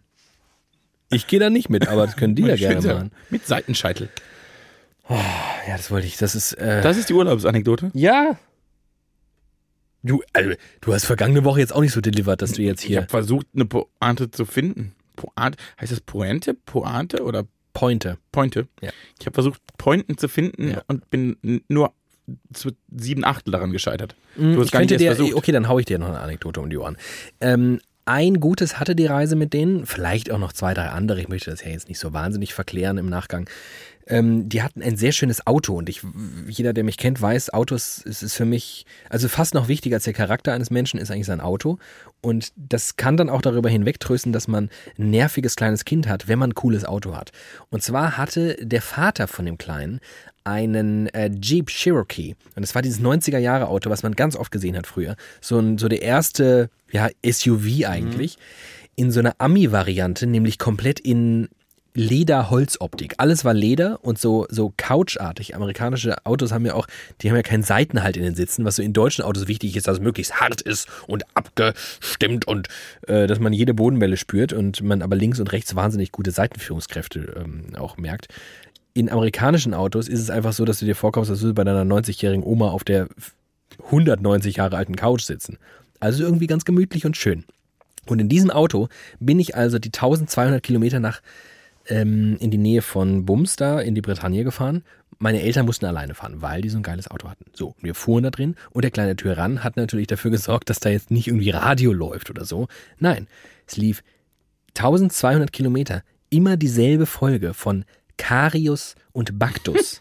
A: Ich gehe da nicht mit, aber das können die ja gerne machen.
B: Mit Seitenscheitel.
A: Ja, das wollte ich. Das ist. Äh,
B: Das ist die Urlaubsanekdote.
A: ja. Du, also, du hast vergangene Woche jetzt auch nicht so delivered, dass du jetzt
B: Ich habe
A: hier
B: versucht, eine Pointe zu finden. Pointe, heißt das Pointe? Pointe oder
A: Pointe.
B: Pointe?
A: Ja.
B: Ich habe versucht, Pointen zu finden
A: Ja.
B: und bin n- nur zu sieben Achtel daran gescheitert.
A: Du
B: hast
A: Mm, ich
B: gar nicht
A: könnte dir,
B: erst versucht.
A: okay, dann hau ich dir noch eine Anekdote um die Ohren. Ähm, ein gutes hatte die Reise mit denen, vielleicht auch noch zwei, drei andere. Ich möchte das ja jetzt nicht so wahnsinnig verklären im Nachgang. Ähm, die hatten ein sehr schönes Auto und ich, jeder, der mich kennt, weiß, Autos es ist für mich, also fast noch wichtiger als der Charakter eines Menschen ist eigentlich sein Auto. Und das kann dann auch darüber hinwegtrösten, dass man ein nerviges kleines Kind hat, wenn man ein cooles Auto hat. Und zwar hatte der Vater von dem Kleinen einen äh, Jeep Cherokee. Und das war dieses 90er Jahre Auto, was man ganz oft gesehen hat früher. So, ein, so der erste ja, SUV eigentlich. In so einer Ami-Variante, nämlich komplett in Leder-Holzoptik. Alles war Leder und so, so couchartig. Amerikanische Autos haben ja auch, die haben ja keinen Seitenhalt in den Sitzen, was so in deutschen Autos wichtig ist, dass es möglichst hart ist und abgestimmt und äh, dass man jede Bodenwelle spürt und man aber links und rechts wahnsinnig gute Seitenführungskräfte ähm, auch merkt. In amerikanischen Autos ist es einfach so, dass du dir vorkommst, als würdest du bei deiner 90-jährigen Oma auf der 190 Jahre alten Couch sitzen. Also irgendwie ganz gemütlich und schön. Und in diesem Auto bin ich also die 1200 Kilometer nach ähm, in die Nähe von Bums da in die Bretagne gefahren. Meine Eltern mussten alleine fahren, weil die so ein geiles Auto hatten. So, wir fuhren da drin und der kleine Tyrann hat natürlich dafür gesorgt, dass da jetzt nicht irgendwie Radio läuft oder so. Nein, es lief 1200 Kilometer immer dieselbe Folge von Carius und Baktus.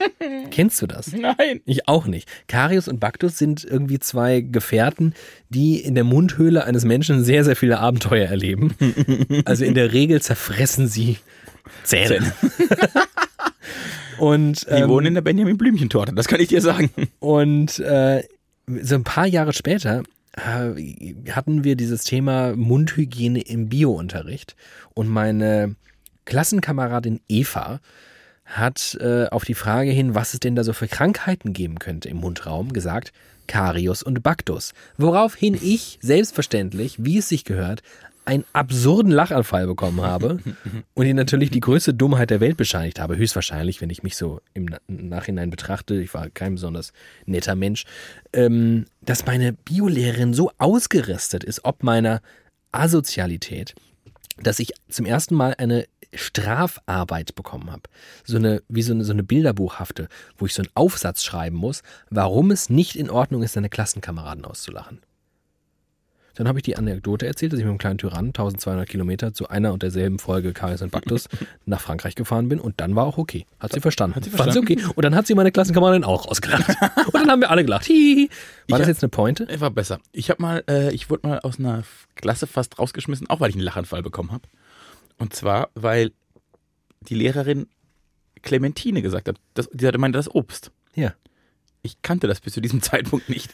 A: Kennst du das?
B: Nein.
A: Ich auch nicht. Karius und Baktus sind irgendwie zwei Gefährten, die in der Mundhöhle eines Menschen sehr, sehr viele Abenteuer erleben. Also in der Regel zerfressen sie Zähne. und
B: Die
A: ähm,
B: wohnen in der Benjamin Blümchentorte, das kann ich dir sagen.
A: und äh, so ein paar Jahre später äh, hatten wir dieses Thema Mundhygiene im Biounterricht. Und meine Klassenkameradin Eva hat äh, auf die Frage hin, was es denn da so für Krankheiten geben könnte im Mundraum, gesagt, Karius und Baktus. Woraufhin ich selbstverständlich, wie es sich gehört, einen absurden Lachanfall bekommen habe und ihn natürlich die größte Dummheit der Welt bescheinigt habe. Höchstwahrscheinlich, wenn ich mich so im Na- Nachhinein betrachte, ich war kein besonders netter Mensch, ähm, dass meine Biolehrerin so ausgerastet ist, ob meiner Asozialität, dass ich zum ersten Mal eine Strafarbeit bekommen habe. So eine, wie so eine, so eine Bilderbuchhafte, wo ich so einen Aufsatz schreiben muss, warum es nicht in Ordnung ist, seine Klassenkameraden auszulachen. Dann habe ich die Anekdote erzählt, dass ich mit einem kleinen Tyrannen 1200 Kilometer zu einer und derselben Folge Karies und Baktus nach Frankreich gefahren bin und dann war auch okay. Hat sie verstanden.
B: Hat sie
A: Fand sie okay. Und dann hat sie meine Klassenkameradin auch ausgelacht. Und dann haben wir alle gelacht. Hihihi. War
B: Ich-
A: das jetzt eine Pointe?
B: War besser. Ich habe mal, äh, ich wurde mal aus einer F- Klasse fast rausgeschmissen, auch weil ich einen Lachanfall bekommen habe. Und zwar, weil die Lehrerin Clementine gesagt hat. Das, die hatte meinte das Obst.
A: Ja.
B: Ich kannte das bis zu diesem Zeitpunkt nicht.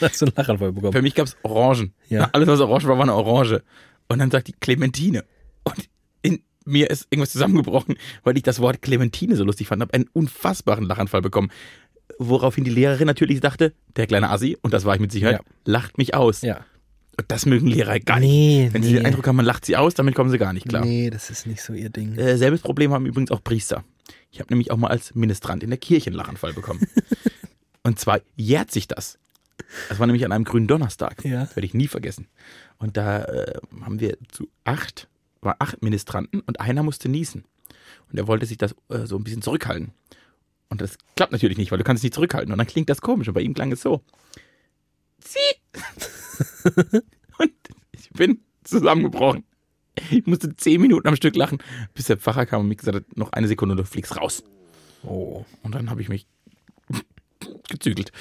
A: Hast du einen Lachanfall bekommen?
B: Für mich gab es Orangen.
A: Ja.
B: Alles, was orange war, war eine Orange. Und dann sagt die Clementine. Und in mir ist irgendwas zusammengebrochen, weil ich das Wort Clementine so lustig fand, habe einen unfassbaren Lachanfall bekommen. Woraufhin die Lehrerin natürlich dachte, der kleine Assi, und das war ich mit Sicherheit,
A: Ja.
B: lacht mich aus.
A: Ja.
B: Und das mögen Lehrer gar
A: Ah,
B: nicht.
A: Nee,
B: Wenn sie den Eindruck haben, man lacht sie aus, damit kommen sie gar nicht klar.
A: Nee, das ist nicht so ihr Ding.
B: Äh, selbes Problem haben übrigens auch Priester. Ich habe nämlich auch mal als Ministrant in der Kirche einen Lachanfall bekommen. und zwar jährt sich das. Das war nämlich an einem grünen Donnerstag.
A: Ja.
B: Das werde ich nie vergessen. Und da äh, haben wir zu acht, war acht Ministranten und einer musste niesen. Und er wollte sich das äh, so ein bisschen zurückhalten. Und das klappt natürlich nicht, weil du kannst es nicht zurückhalten. Und dann klingt das komisch. Und bei ihm klang es so. Sie. und ich bin zusammengebrochen. Ich musste zehn Minuten am Stück lachen, bis der Pfarrer kam und mir gesagt hat, noch eine Sekunde, du fliegst raus.
A: Oh.
B: Und dann habe ich mich gezügelt.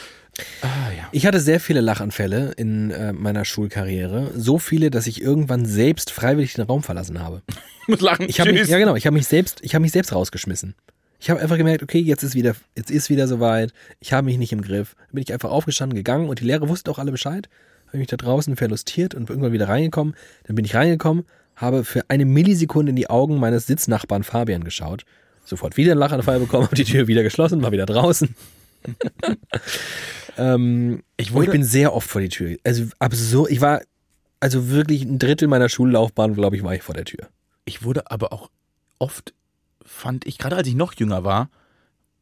B: Ah ja.
A: Ich hatte sehr viele Lachanfälle in äh, meiner Schulkarriere. So viele, dass ich irgendwann selbst freiwillig den Raum verlassen habe.
B: Ich muss lachen.
A: Ich habe mich, ja genau, ich habe mich selbst, ich habe mich selbst rausgeschmissen. Ich habe einfach gemerkt, okay, jetzt ist wieder, jetzt ist wieder soweit. Ich habe mich nicht im Griff. Bin ich einfach aufgestanden, gegangen und die Lehrer wussten auch alle Bescheid. Habe mich da draußen verlustiert und bin irgendwann wieder reingekommen. Dann bin ich reingekommen, habe für eine Millisekunde in die Augen meines Sitznachbarn Fabian geschaut. Sofort wieder einen Lachanfall bekommen, habe die Tür wieder geschlossen, war wieder draußen. ähm,
B: Ich
A: und
B: wurde-
A: ich bin sehr oft vor die Tür. Also absurd. Ich war, also wirklich ein Drittel meiner Schullaufbahn, glaube ich, war ich vor der Tür.
B: Ich wurde aber auch oft, fand ich, gerade als ich noch jünger war,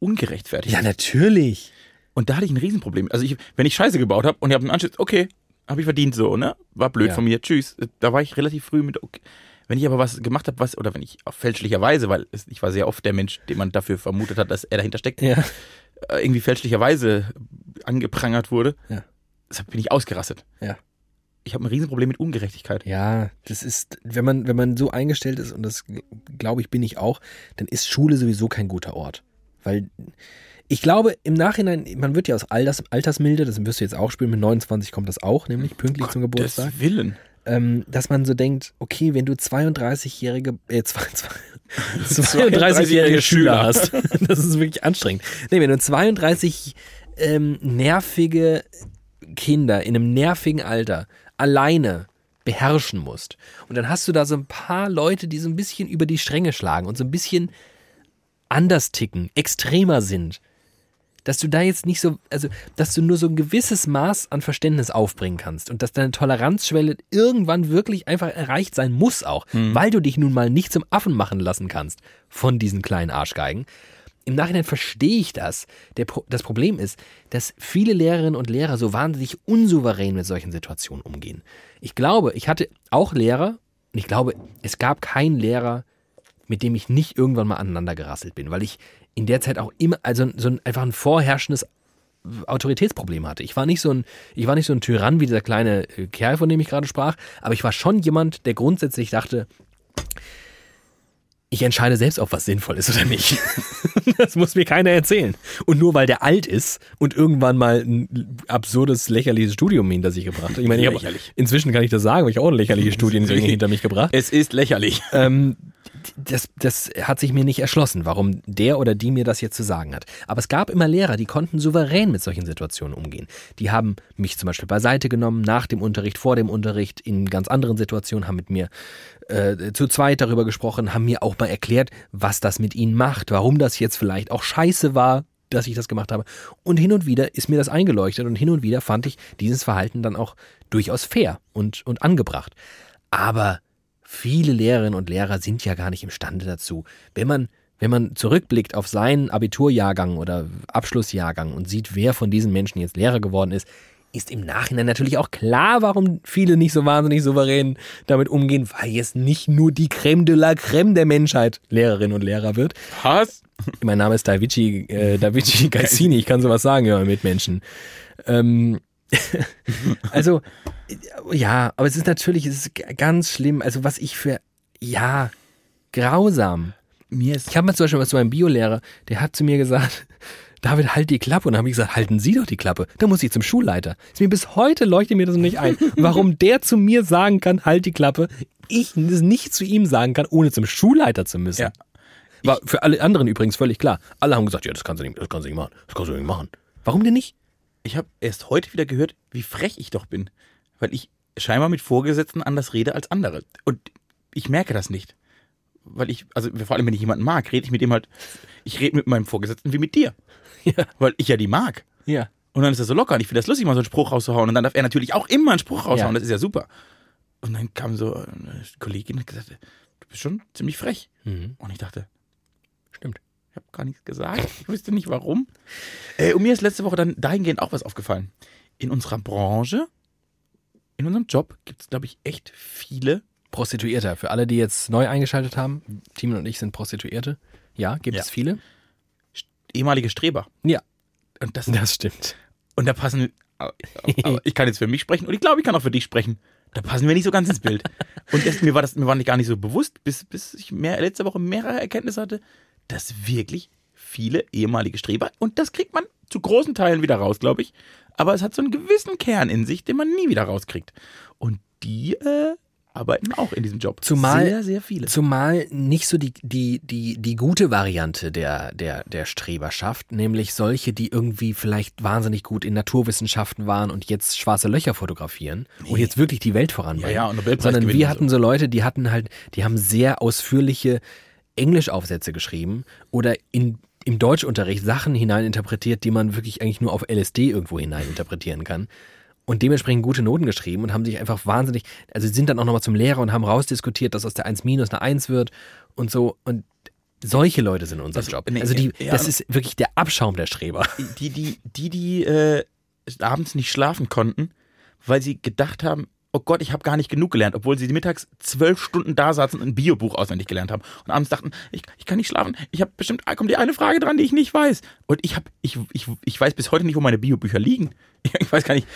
B: ungerechtfertigt.
A: Ja, ne. natürlich.
B: Und da hatte ich ein Riesenproblem. Also ich, wenn ich Scheiße gebaut habe und ich habe einen Anschluss, okay, habe ich verdient so, ne? War blöd
A: Ja.
B: von mir, tschüss. Da war ich relativ früh mit, okay. Wenn ich aber was gemacht habe, was, oder wenn ich auf fälschlicherweise, weil es, ich war sehr oft der Mensch, den man dafür vermutet hat, dass er dahinter steckt,
A: Ja.
B: äh, irgendwie fälschlicherweise angeprangert wurde,
A: Ja.
B: deshalb bin ich ausgerastet.
A: Ja.
B: Ich habe ein Riesenproblem mit Ungerechtigkeit.
A: Ja, das ist, wenn man, wenn man so eingestellt ist, und das glaube ich, bin ich auch, dann ist Schule sowieso kein guter Ort. Weil ich glaube, im Nachhinein, man wird ja aus Alters, Altersmilde, das wirst du jetzt auch spüren, mit 29 kommt das auch, nämlich pünktlich zum
B: Gottes
A: Geburtstag,
B: Willen.
A: ähm, dass man so denkt, okay, wenn du 32-jährige, äh, zwei- zwei-
B: 32-jährige
A: 32-jährige Schüler hast, das ist wirklich anstrengend. Nee, wenn du 32 ähm, nervige Kinder in einem nervigen Alter alleine beherrschen musst. Und dann hast du da so ein paar Leute, die so ein bisschen über die Stränge schlagen und so ein bisschen anders ticken, extremer sind. Dass du da jetzt nicht so, also, dass du nur so ein gewisses Maß an Verständnis aufbringen kannst und dass deine Toleranzschwelle irgendwann wirklich einfach erreicht sein muss auch, weil du dich nun mal nicht zum Affen machen lassen kannst von diesen kleinen Arschgeigen. Im Nachhinein verstehe ich das. Der Pro das Problem ist, dass viele Lehrerinnen und Lehrer so wahnsinnig unsouverän mit solchen Situationen umgehen. Ich glaube, ich hatte auch Lehrer und ich glaube, es gab keinen Lehrer, mit dem ich nicht irgendwann mal aneinander gerasselt bin, weil ich in der Zeit auch immer, also so ein, einfach ein vorherrschendes Autoritätsproblem hatte. Ich war nicht so ein, ich war nicht so ein Tyrann wie dieser kleine äh, Kerl, von dem ich gerade sprach, aber ich war schon jemand, der grundsätzlich dachte, ich entscheide selbst, ob was sinnvoll ist oder nicht. Das muss mir keiner erzählen. Und nur weil der alt ist und irgendwann mal ein absurdes, lächerliches Studium hinter sich gebracht hat. Ich meine, ich hab,
B: Lächerlich.
A: inzwischen kann ich das sagen, weil ich auch lächerliche Studiengänge hinter mich gebracht
B: Es ist lächerlich.
A: ähm, das, das hat sich mir nicht erschlossen, warum der oder die mir das jetzt zu sagen hat. Aber es gab immer Lehrer, die konnten souverän mit solchen Situationen umgehen. Die haben mich zum Beispiel beiseite genommen, nach dem Unterricht, vor dem Unterricht, in ganz anderen Situationen, haben mit mir äh, zu zweit darüber gesprochen, haben mir auch mal erklärt, was das mit ihnen macht, warum das jetzt vielleicht auch scheiße war, dass ich das gemacht habe. Und hin und wieder ist mir das eingeleuchtet und hin und wieder fand ich dieses Verhalten dann auch durchaus fair und, und angebracht. Aber viele Lehrerinnen und Lehrer sind ja gar nicht imstande dazu. Wenn man, wenn man zurückblickt auf seinen Abiturjahrgang oder Abschlussjahrgang und sieht, wer von diesen Menschen jetzt Lehrer geworden ist, ist im Nachhinein natürlich auch klar, warum viele nicht so wahnsinnig souverän damit umgehen, weil jetzt nicht nur die Creme de la Creme der Menschheit Lehrerin und Lehrer wird.
B: Was?
A: Mein Name ist Davici, äh, Davici Gazzini, ich kann sowas sagen über Mitmenschen. Ähm, also, ja, aber es ist natürlich, es ist g- ganz schlimm. Also, was ich für, ja, grausam.
B: Mir ist
A: Ich habe mal zum Beispiel was zu meinem Biolehrer, der hat zu mir gesagt, David, halt die Klappe. Und dann habe ich gesagt, halten Sie doch die Klappe. Dann muss ich zum Schulleiter. Ist mir bis heute leuchtet mir das noch nicht ein, warum der zu mir sagen kann, halt die Klappe, ich es nicht zu ihm sagen kann, ohne zum Schulleiter zu müssen.
B: Ja.
A: War für alle anderen übrigens völlig klar. Alle haben gesagt, ja, das kannst du nicht, das kannst du nicht machen. Das kannst du nicht machen. Warum denn nicht?
B: ich habe erst heute wieder gehört, wie frech ich doch bin, weil ich scheinbar mit Vorgesetzten anders rede als andere. Und ich merke das nicht. Weil ich, also vor allem, wenn ich jemanden mag, rede ich mit dem halt, ich rede mit meinem Vorgesetzten wie mit dir.
A: Ja.
B: Weil ich ja die mag.
A: Ja.
B: Und dann ist er so locker und ich finde das lustig, mal so einen Spruch rauszuhauen. Und dann darf er natürlich auch immer einen Spruch
A: Ja.
B: raushauen, das ist ja super. Und dann kam so eine Kollegin und hat gesagt, du bist schon ziemlich frech.
A: Mhm.
B: Und ich dachte,
A: Stimmt.
B: ich habe gar nichts gesagt. Ich wüsste nicht warum. Äh, und mir ist letzte Woche dann dahingehend auch was aufgefallen. In unserer Branche, in unserem Job gibt es, glaube ich, echt viele.
A: Prostituierte. Für alle, die jetzt neu eingeschaltet haben, Timon und ich sind Prostituierte. Ja, gibt
B: Ja.
A: es viele?
B: ehemalige Streber.
A: Ja.
B: Und, das,
A: Das stimmt.
B: und da passen. aber- aber Ich kann jetzt für mich sprechen und ich glaube, ich kann auch für dich sprechen. Da passen wir nicht so ganz ins Bild. Und erst, mir war das mir war nicht gar nicht so bewusst, bis, bis ich mehr, letzte Woche mehrere Erkenntnisse hatte, dass wirklich viele ehemalige Streber, und das kriegt man zu großen Teilen wieder raus, glaube ich, aber es hat so einen gewissen Kern in sich, den man nie wieder rauskriegt. Und die äh, arbeiten auch in diesem Job.
A: Zumal-
B: sehr, sehr viele.
A: Zumal nicht so die, die, die, die gute Variante der, der, der Streberschaft, nämlich solche, die irgendwie vielleicht wahnsinnig gut in Naturwissenschaften waren und jetzt schwarze Löcher fotografieren und jetzt wirklich die Welt voranbringen.
B: Ja, ja, und Nobelpreis
A: Sondern
B: gewinnen
A: wir
B: und
A: hatten so Leute, die hatten halt, die haben sehr ausführliche Englischaufsätze geschrieben oder in im Deutschunterricht Sachen hineininterpretiert, die man wirklich eigentlich nur auf LSD irgendwo hineininterpretieren kann und dementsprechend gute Noten geschrieben und haben sich einfach wahnsinnig, also sind dann auch nochmal zum Lehrer und haben rausdiskutiert, dass aus der 1 minus eine 1 wird und so und solche Leute sind unser
B: Das-
A: Job.
B: nee,
A: also die,
B: ja,
A: das
B: aber-
A: ist wirklich der Abschaum der Streber.
B: die, die, die, die äh, abends nicht schlafen konnten, weil sie gedacht haben, oh Gott, ich habe gar nicht genug gelernt, obwohl sie mittags zwölf Stunden da saßen und ein Biobuch auswendig gelernt haben. Und abends dachten, ich, ich kann nicht schlafen, ich habe bestimmt, ah, kommt die eine Frage dran, die ich nicht weiß. Und ich habe, ich, ich, ich weiß bis heute nicht, wo meine Biobücher liegen. Ich weiß gar nicht,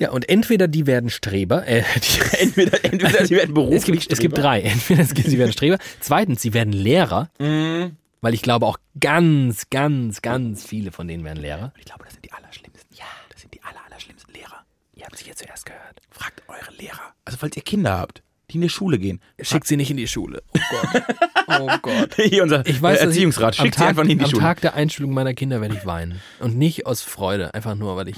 A: Ja, und entweder die werden Streber, äh, die,
B: entweder, entweder sie werden beruflich.
A: es, gibt, es gibt
B: Streber.
A: drei. Entweder es gibt, sie werden Streber, zweitens, sie werden Lehrer,
B: Mm.
A: weil ich glaube auch ganz, ganz, ganz viele von denen werden Lehrer.
B: Ich glaube, das sind die allerschlimmsten. Ja. Das sind die aller, allerschlimmsten Lehrer.
A: Ihr habt es hier zuerst gehört.
B: Fragt eure Lehrer. Also falls ihr Kinder habt, die in die Schule gehen.
A: Schickt sie nicht in die Schule. Oh Gott. Oh Gott.
B: Hier unser
A: Ich weiß,
B: äh,
A: dass ich
B: Erziehungsrat,
A: am
B: schickt sie
A: Tag-
B: einfach nicht in die
A: am
B: Schule.
A: Tag der Einschulung meiner Kinder werde ich weinen. Und nicht aus Freude, einfach nur, weil ich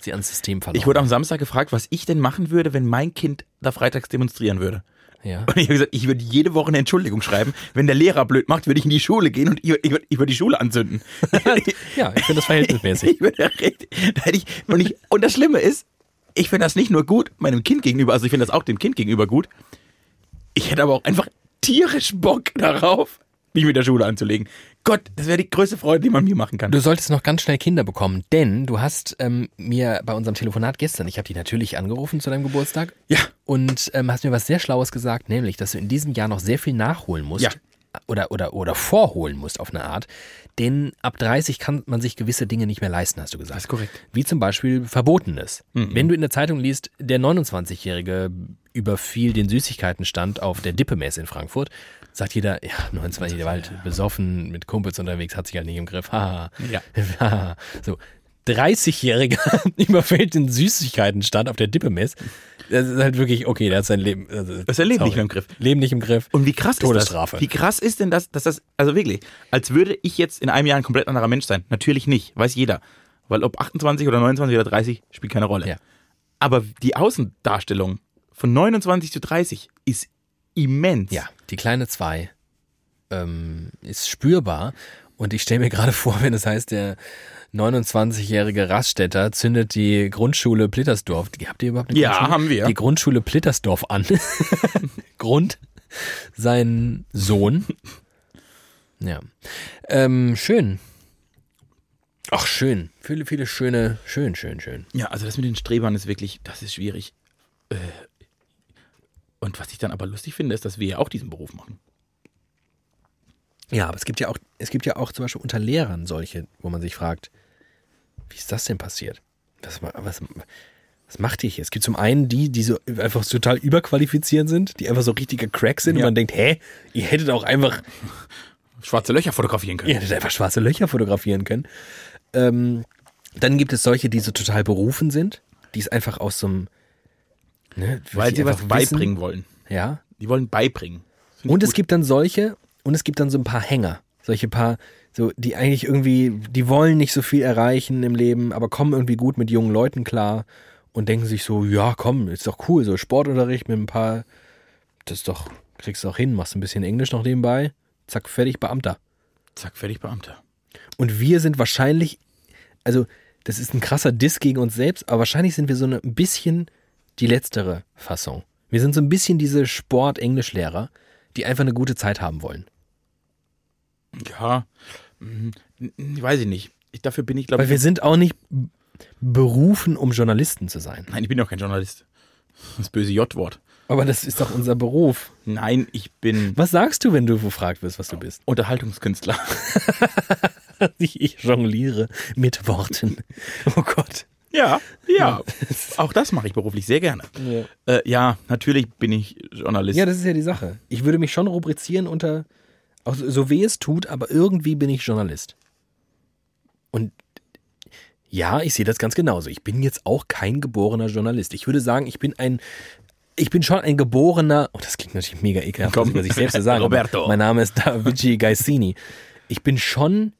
A: sie ans System verlaufe.
B: Ich wurde am Samstag gefragt, was ich denn machen würde, wenn mein Kind da freitags demonstrieren würde.
A: ja.
B: Und ich habe gesagt, ich würde jede Woche eine Entschuldigung schreiben. Wenn der Lehrer blöd macht, würde ich in die Schule gehen und ich, würd- ich, würd- ich würde die Schule anzünden.
A: ja, ich finde das verhältnismäßig.
B: Ich würde richtig- da hätte ich, und, ich, und das Schlimme ist, ich finde das nicht nur gut meinem Kind gegenüber, also ich finde das auch dem Kind gegenüber gut. Ich hätte aber auch einfach tierisch Bock darauf, mich mit der Schule anzulegen. Gott, das wäre die größte Freude, die man mir machen kann.
A: Du solltest noch ganz schnell Kinder bekommen, denn du hast ähm, mir bei unserem Telefonat gestern, ich habe dich natürlich angerufen zu deinem Geburtstag,
B: Ja.
A: und ähm, hast mir was sehr Schlaues gesagt, nämlich, dass du in diesem Jahr noch sehr viel nachholen musst.
B: Ja.
A: Oder, oder, oder vorholen musst auf eine Art. Denn ab 30 kann man sich gewisse Dinge nicht mehr leisten, hast du gesagt.
B: Das ist korrekt. Mhm.
A: Wie zum Beispiel Verbotenes. Wenn du in der Zeitung liest, der 29-Jährige überfiel den Süßigkeitenstand auf der Dippemesse in Frankfurt, sagt jeder, ja, 29 der Wald, besoffen, mit Kumpels unterwegs, hat sich halt nicht im Griff. Haha.
B: Ja.
A: Ja, so. 30-Jähriger überfällt den Süßigkeitenstand auf der Dippemess. Das ist halt wirklich, okay, der hat sein Leben. Also,
B: Das ist ja Leben nicht mehr im Griff.
A: Leben nicht im Griff.
B: Und wie krass ist
A: Todesstrafe.
B: das? Wie krass ist denn das, dass das, also wirklich, als würde ich jetzt in einem Jahr ein komplett anderer Mensch sein? Natürlich nicht, weiß jeder. Weil ob 28 oder 29 oder 30 spielt keine Rolle.
A: Ja.
B: Aber die Außendarstellung von 29 zu 30 ist immens.
A: Ja, die kleine 2 ähm, ist spürbar. Und ich stelle mir gerade vor, wenn es heißt, der 29-jährige Raststätter zündet die Grundschule Plittersdorf. Die- Habt ihr überhaupt eine
B: Ja,
A: Grundschule?
B: haben wir.
A: Die Grundschule Plittersdorf an. Grund, sein Sohn. Ja. Ähm, schön. Ach, schön. Viele, viele schöne, schön, schön, schön.
B: Ja, also das mit den Strebern ist wirklich, das ist schwierig. Äh, Und was ich dann aber lustig finde, ist, dass wir ja auch diesen Beruf machen.
A: Ja, aber es gibt ja auch, es gibt ja auch zum Beispiel unter Lehrern solche, wo man sich fragt, wie ist das denn passiert? Was, ma- was, was macht ihr hier? Es gibt zum einen die, die so einfach so total überqualifiziert sind, die einfach so richtige Cracks sind
B: Ja.
A: und man denkt, hä, ihr hättet auch einfach,
B: Schwarze Löcher fotografieren können.
A: ihr hättet einfach schwarze Löcher fotografieren können. Ähm, dann gibt es solche, die so total berufen sind, die es einfach aus so einem, ne,
B: weil sie was
A: einfach wissen.
B: beibringen wollen.
A: Ja,
B: Die wollen beibringen. Das finde ich
A: Und es
B: gut.
A: gibt dann solche, und es gibt dann so ein paar Hänger. Solche paar, so, die eigentlich irgendwie, die wollen nicht so viel erreichen im Leben, aber kommen irgendwie gut mit jungen Leuten klar und denken sich so, ja, komm, ist doch cool, so Sportunterricht mit ein paar, das ist doch, kriegst du auch hin, machst ein bisschen Englisch noch nebenbei, zack, fertig, Beamter.
B: Zack, fertig Beamter.
A: Und wir sind wahrscheinlich, also das ist ein krasser Diss gegen uns selbst, aber wahrscheinlich sind wir so eine, ein bisschen die letztere Fassung. Wir sind so ein bisschen diese Sport-Englischlehrer, die einfach eine gute Zeit haben wollen.
B: Ja, hm, n- n- weiß ich nicht. Ich, dafür bin ich, glaube
A: Weil
B: ich,
A: wir sind auch nicht berufen, um Journalisten zu sein.
B: nein, ich bin auch kein Journalist. Das böse J-Wort.
A: Aber das ist doch unser Beruf.
B: Nein, ich bin
A: Was sagst du, wenn du gefragt wirst, was du bist?
B: Unterhaltungskünstler.
A: Ich jongliere mit Worten. Oh Gott.
B: Ja, ja. auch das mache ich beruflich sehr gerne.
A: Ja.
B: Äh, ja, natürlich bin ich Journalist.
A: Ja, das ist ja die Sache. Ich würde mich schon rubrizieren unter, auch so so weh es tut, aber irgendwie bin ich Journalist. Und ja, ich sehe das ganz genauso. Ich bin jetzt auch kein geborener Journalist. Ich würde sagen, ich bin ein, ich bin schon ein geborener, oh, das klingt natürlich mega ekelhaft,
B: Komm.
A: muss ich über sich selbst so sagen. aber
B: Roberto.
A: Mein Name ist Davici Gaisini. Ich bin schon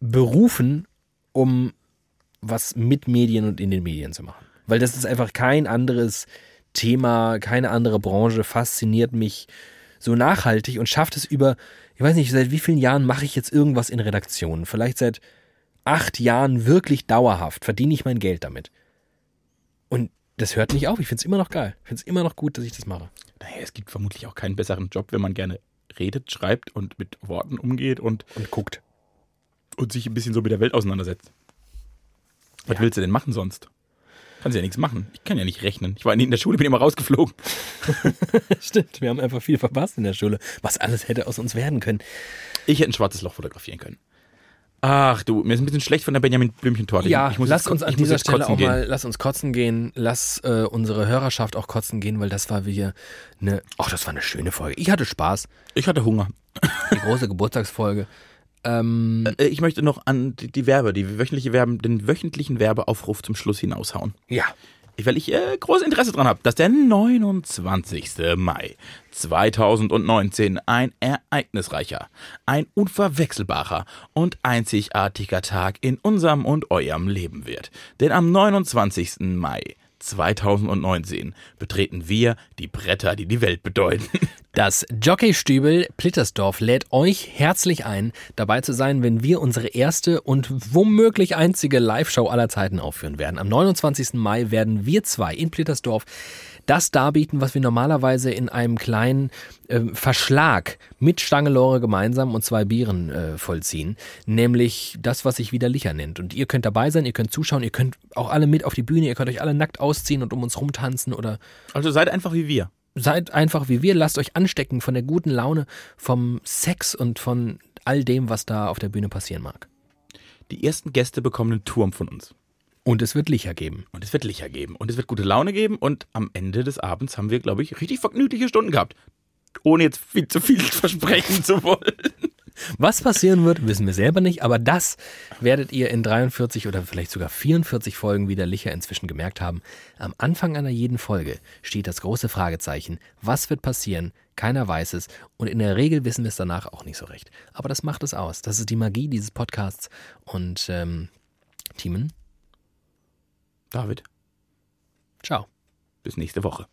A: berufen, um was mit Medien und in den Medien zu machen. Weil das ist einfach kein anderes Thema, keine andere Branche fasziniert mich so nachhaltig und schafft es über, ich weiß nicht, seit wie vielen Jahren mache ich jetzt irgendwas in Redaktionen? Vielleicht seit acht Jahren wirklich dauerhaft verdiene ich mein Geld damit. Und das hört nicht auf. Ich finde es immer noch geil. Ich finde es immer noch gut, dass ich das mache.
B: Naja, es gibt vermutlich auch keinen besseren Job, wenn man gerne redet, schreibt und mit Worten umgeht und,
A: Und guckt.
B: und sich ein bisschen so mit der Welt auseinandersetzt. Was willst du denn machen sonst? Kannst ja nichts machen. Ich kann ja nicht rechnen. Ich war nie in der Schule, bin immer rausgeflogen.
A: Stimmt, wir haben einfach viel verpasst in der Schule, was alles hätte aus uns werden können.
B: Ich hätte ein schwarzes Loch fotografieren können. Ach du, mir ist ein bisschen schlecht von der Benjamin Blümchen Torte.
A: Ja,
B: ich, ich muss
A: lass
B: jetzt,
A: uns an
B: ich muss
A: dieser
B: jetzt
A: Stelle
B: kotzen
A: auch
B: gehen.
A: mal, lass uns kotzen gehen, lass äh, unsere Hörerschaft auch kotzen gehen, weil das war wieder eine, ach, das war eine schöne Folge. Ich hatte Spaß,
B: Ich hatte Hunger.
A: die große Geburtstagsfolge. Ähm,
B: Äh, Ich möchte noch an die, die Werbe, die wöchentliche Werbe, den wöchentlichen Werbeaufruf zum Schluss hinaushauen.
A: ja,
B: Ich- weil ich äh, großes Interesse dran habe, dass der 29. Mai 2019 ein ereignisreicher, ein unverwechselbarer und einzigartiger Tag in unserem und eurem Leben wird. Denn am 29. Mai 2019 betreten wir die Bretter, die die Welt bedeuten.
A: Das Jockeystübel Plittersdorf lädt euch herzlich ein, dabei zu sein, wenn wir unsere erste und womöglich einzige Live-Show aller Zeiten aufführen werden. Am 29. Mai werden wir zwei in Plittersdorf das darbieten, was wir normalerweise in einem kleinen ähm, Verschlag mit Stangelore gemeinsam und zwei Bieren äh, vollziehen, nämlich das, was sich wieder Licher nennt. Und ihr könnt dabei sein, ihr könnt zuschauen, ihr könnt auch alle mit auf die Bühne, ihr könnt euch alle nackt ausziehen und um uns rumtanzen oder
B: Also seid einfach wie wir.
A: seid einfach wie wir, lasst euch anstecken von der guten Laune, vom Sex und von all dem, was da auf der Bühne passieren mag.
B: Die ersten Gäste bekommen einen Turm von uns.
A: Und es wird Licher geben.
B: Und es wird Licher geben. Und es wird gute Laune geben. Und am Ende des Abends haben wir, glaube ich, richtig vergnügliche Stunden gehabt. Ohne jetzt viel zu viel versprechen zu wollen.
A: Was passieren wird, wissen wir selber nicht, aber das werdet ihr in 43 oder vielleicht sogar 44 Folgen wieder Licher inzwischen gemerkt haben. Am Anfang einer jeden Folge steht das große Fragezeichen, was wird passieren? Keiner weiß es und in der Regel wissen wir es danach auch nicht so recht. Aber das macht es aus. Das ist die Magie dieses Podcasts und ähm, Thiemen,
B: David,
A: ciao.
B: bis nächste Woche.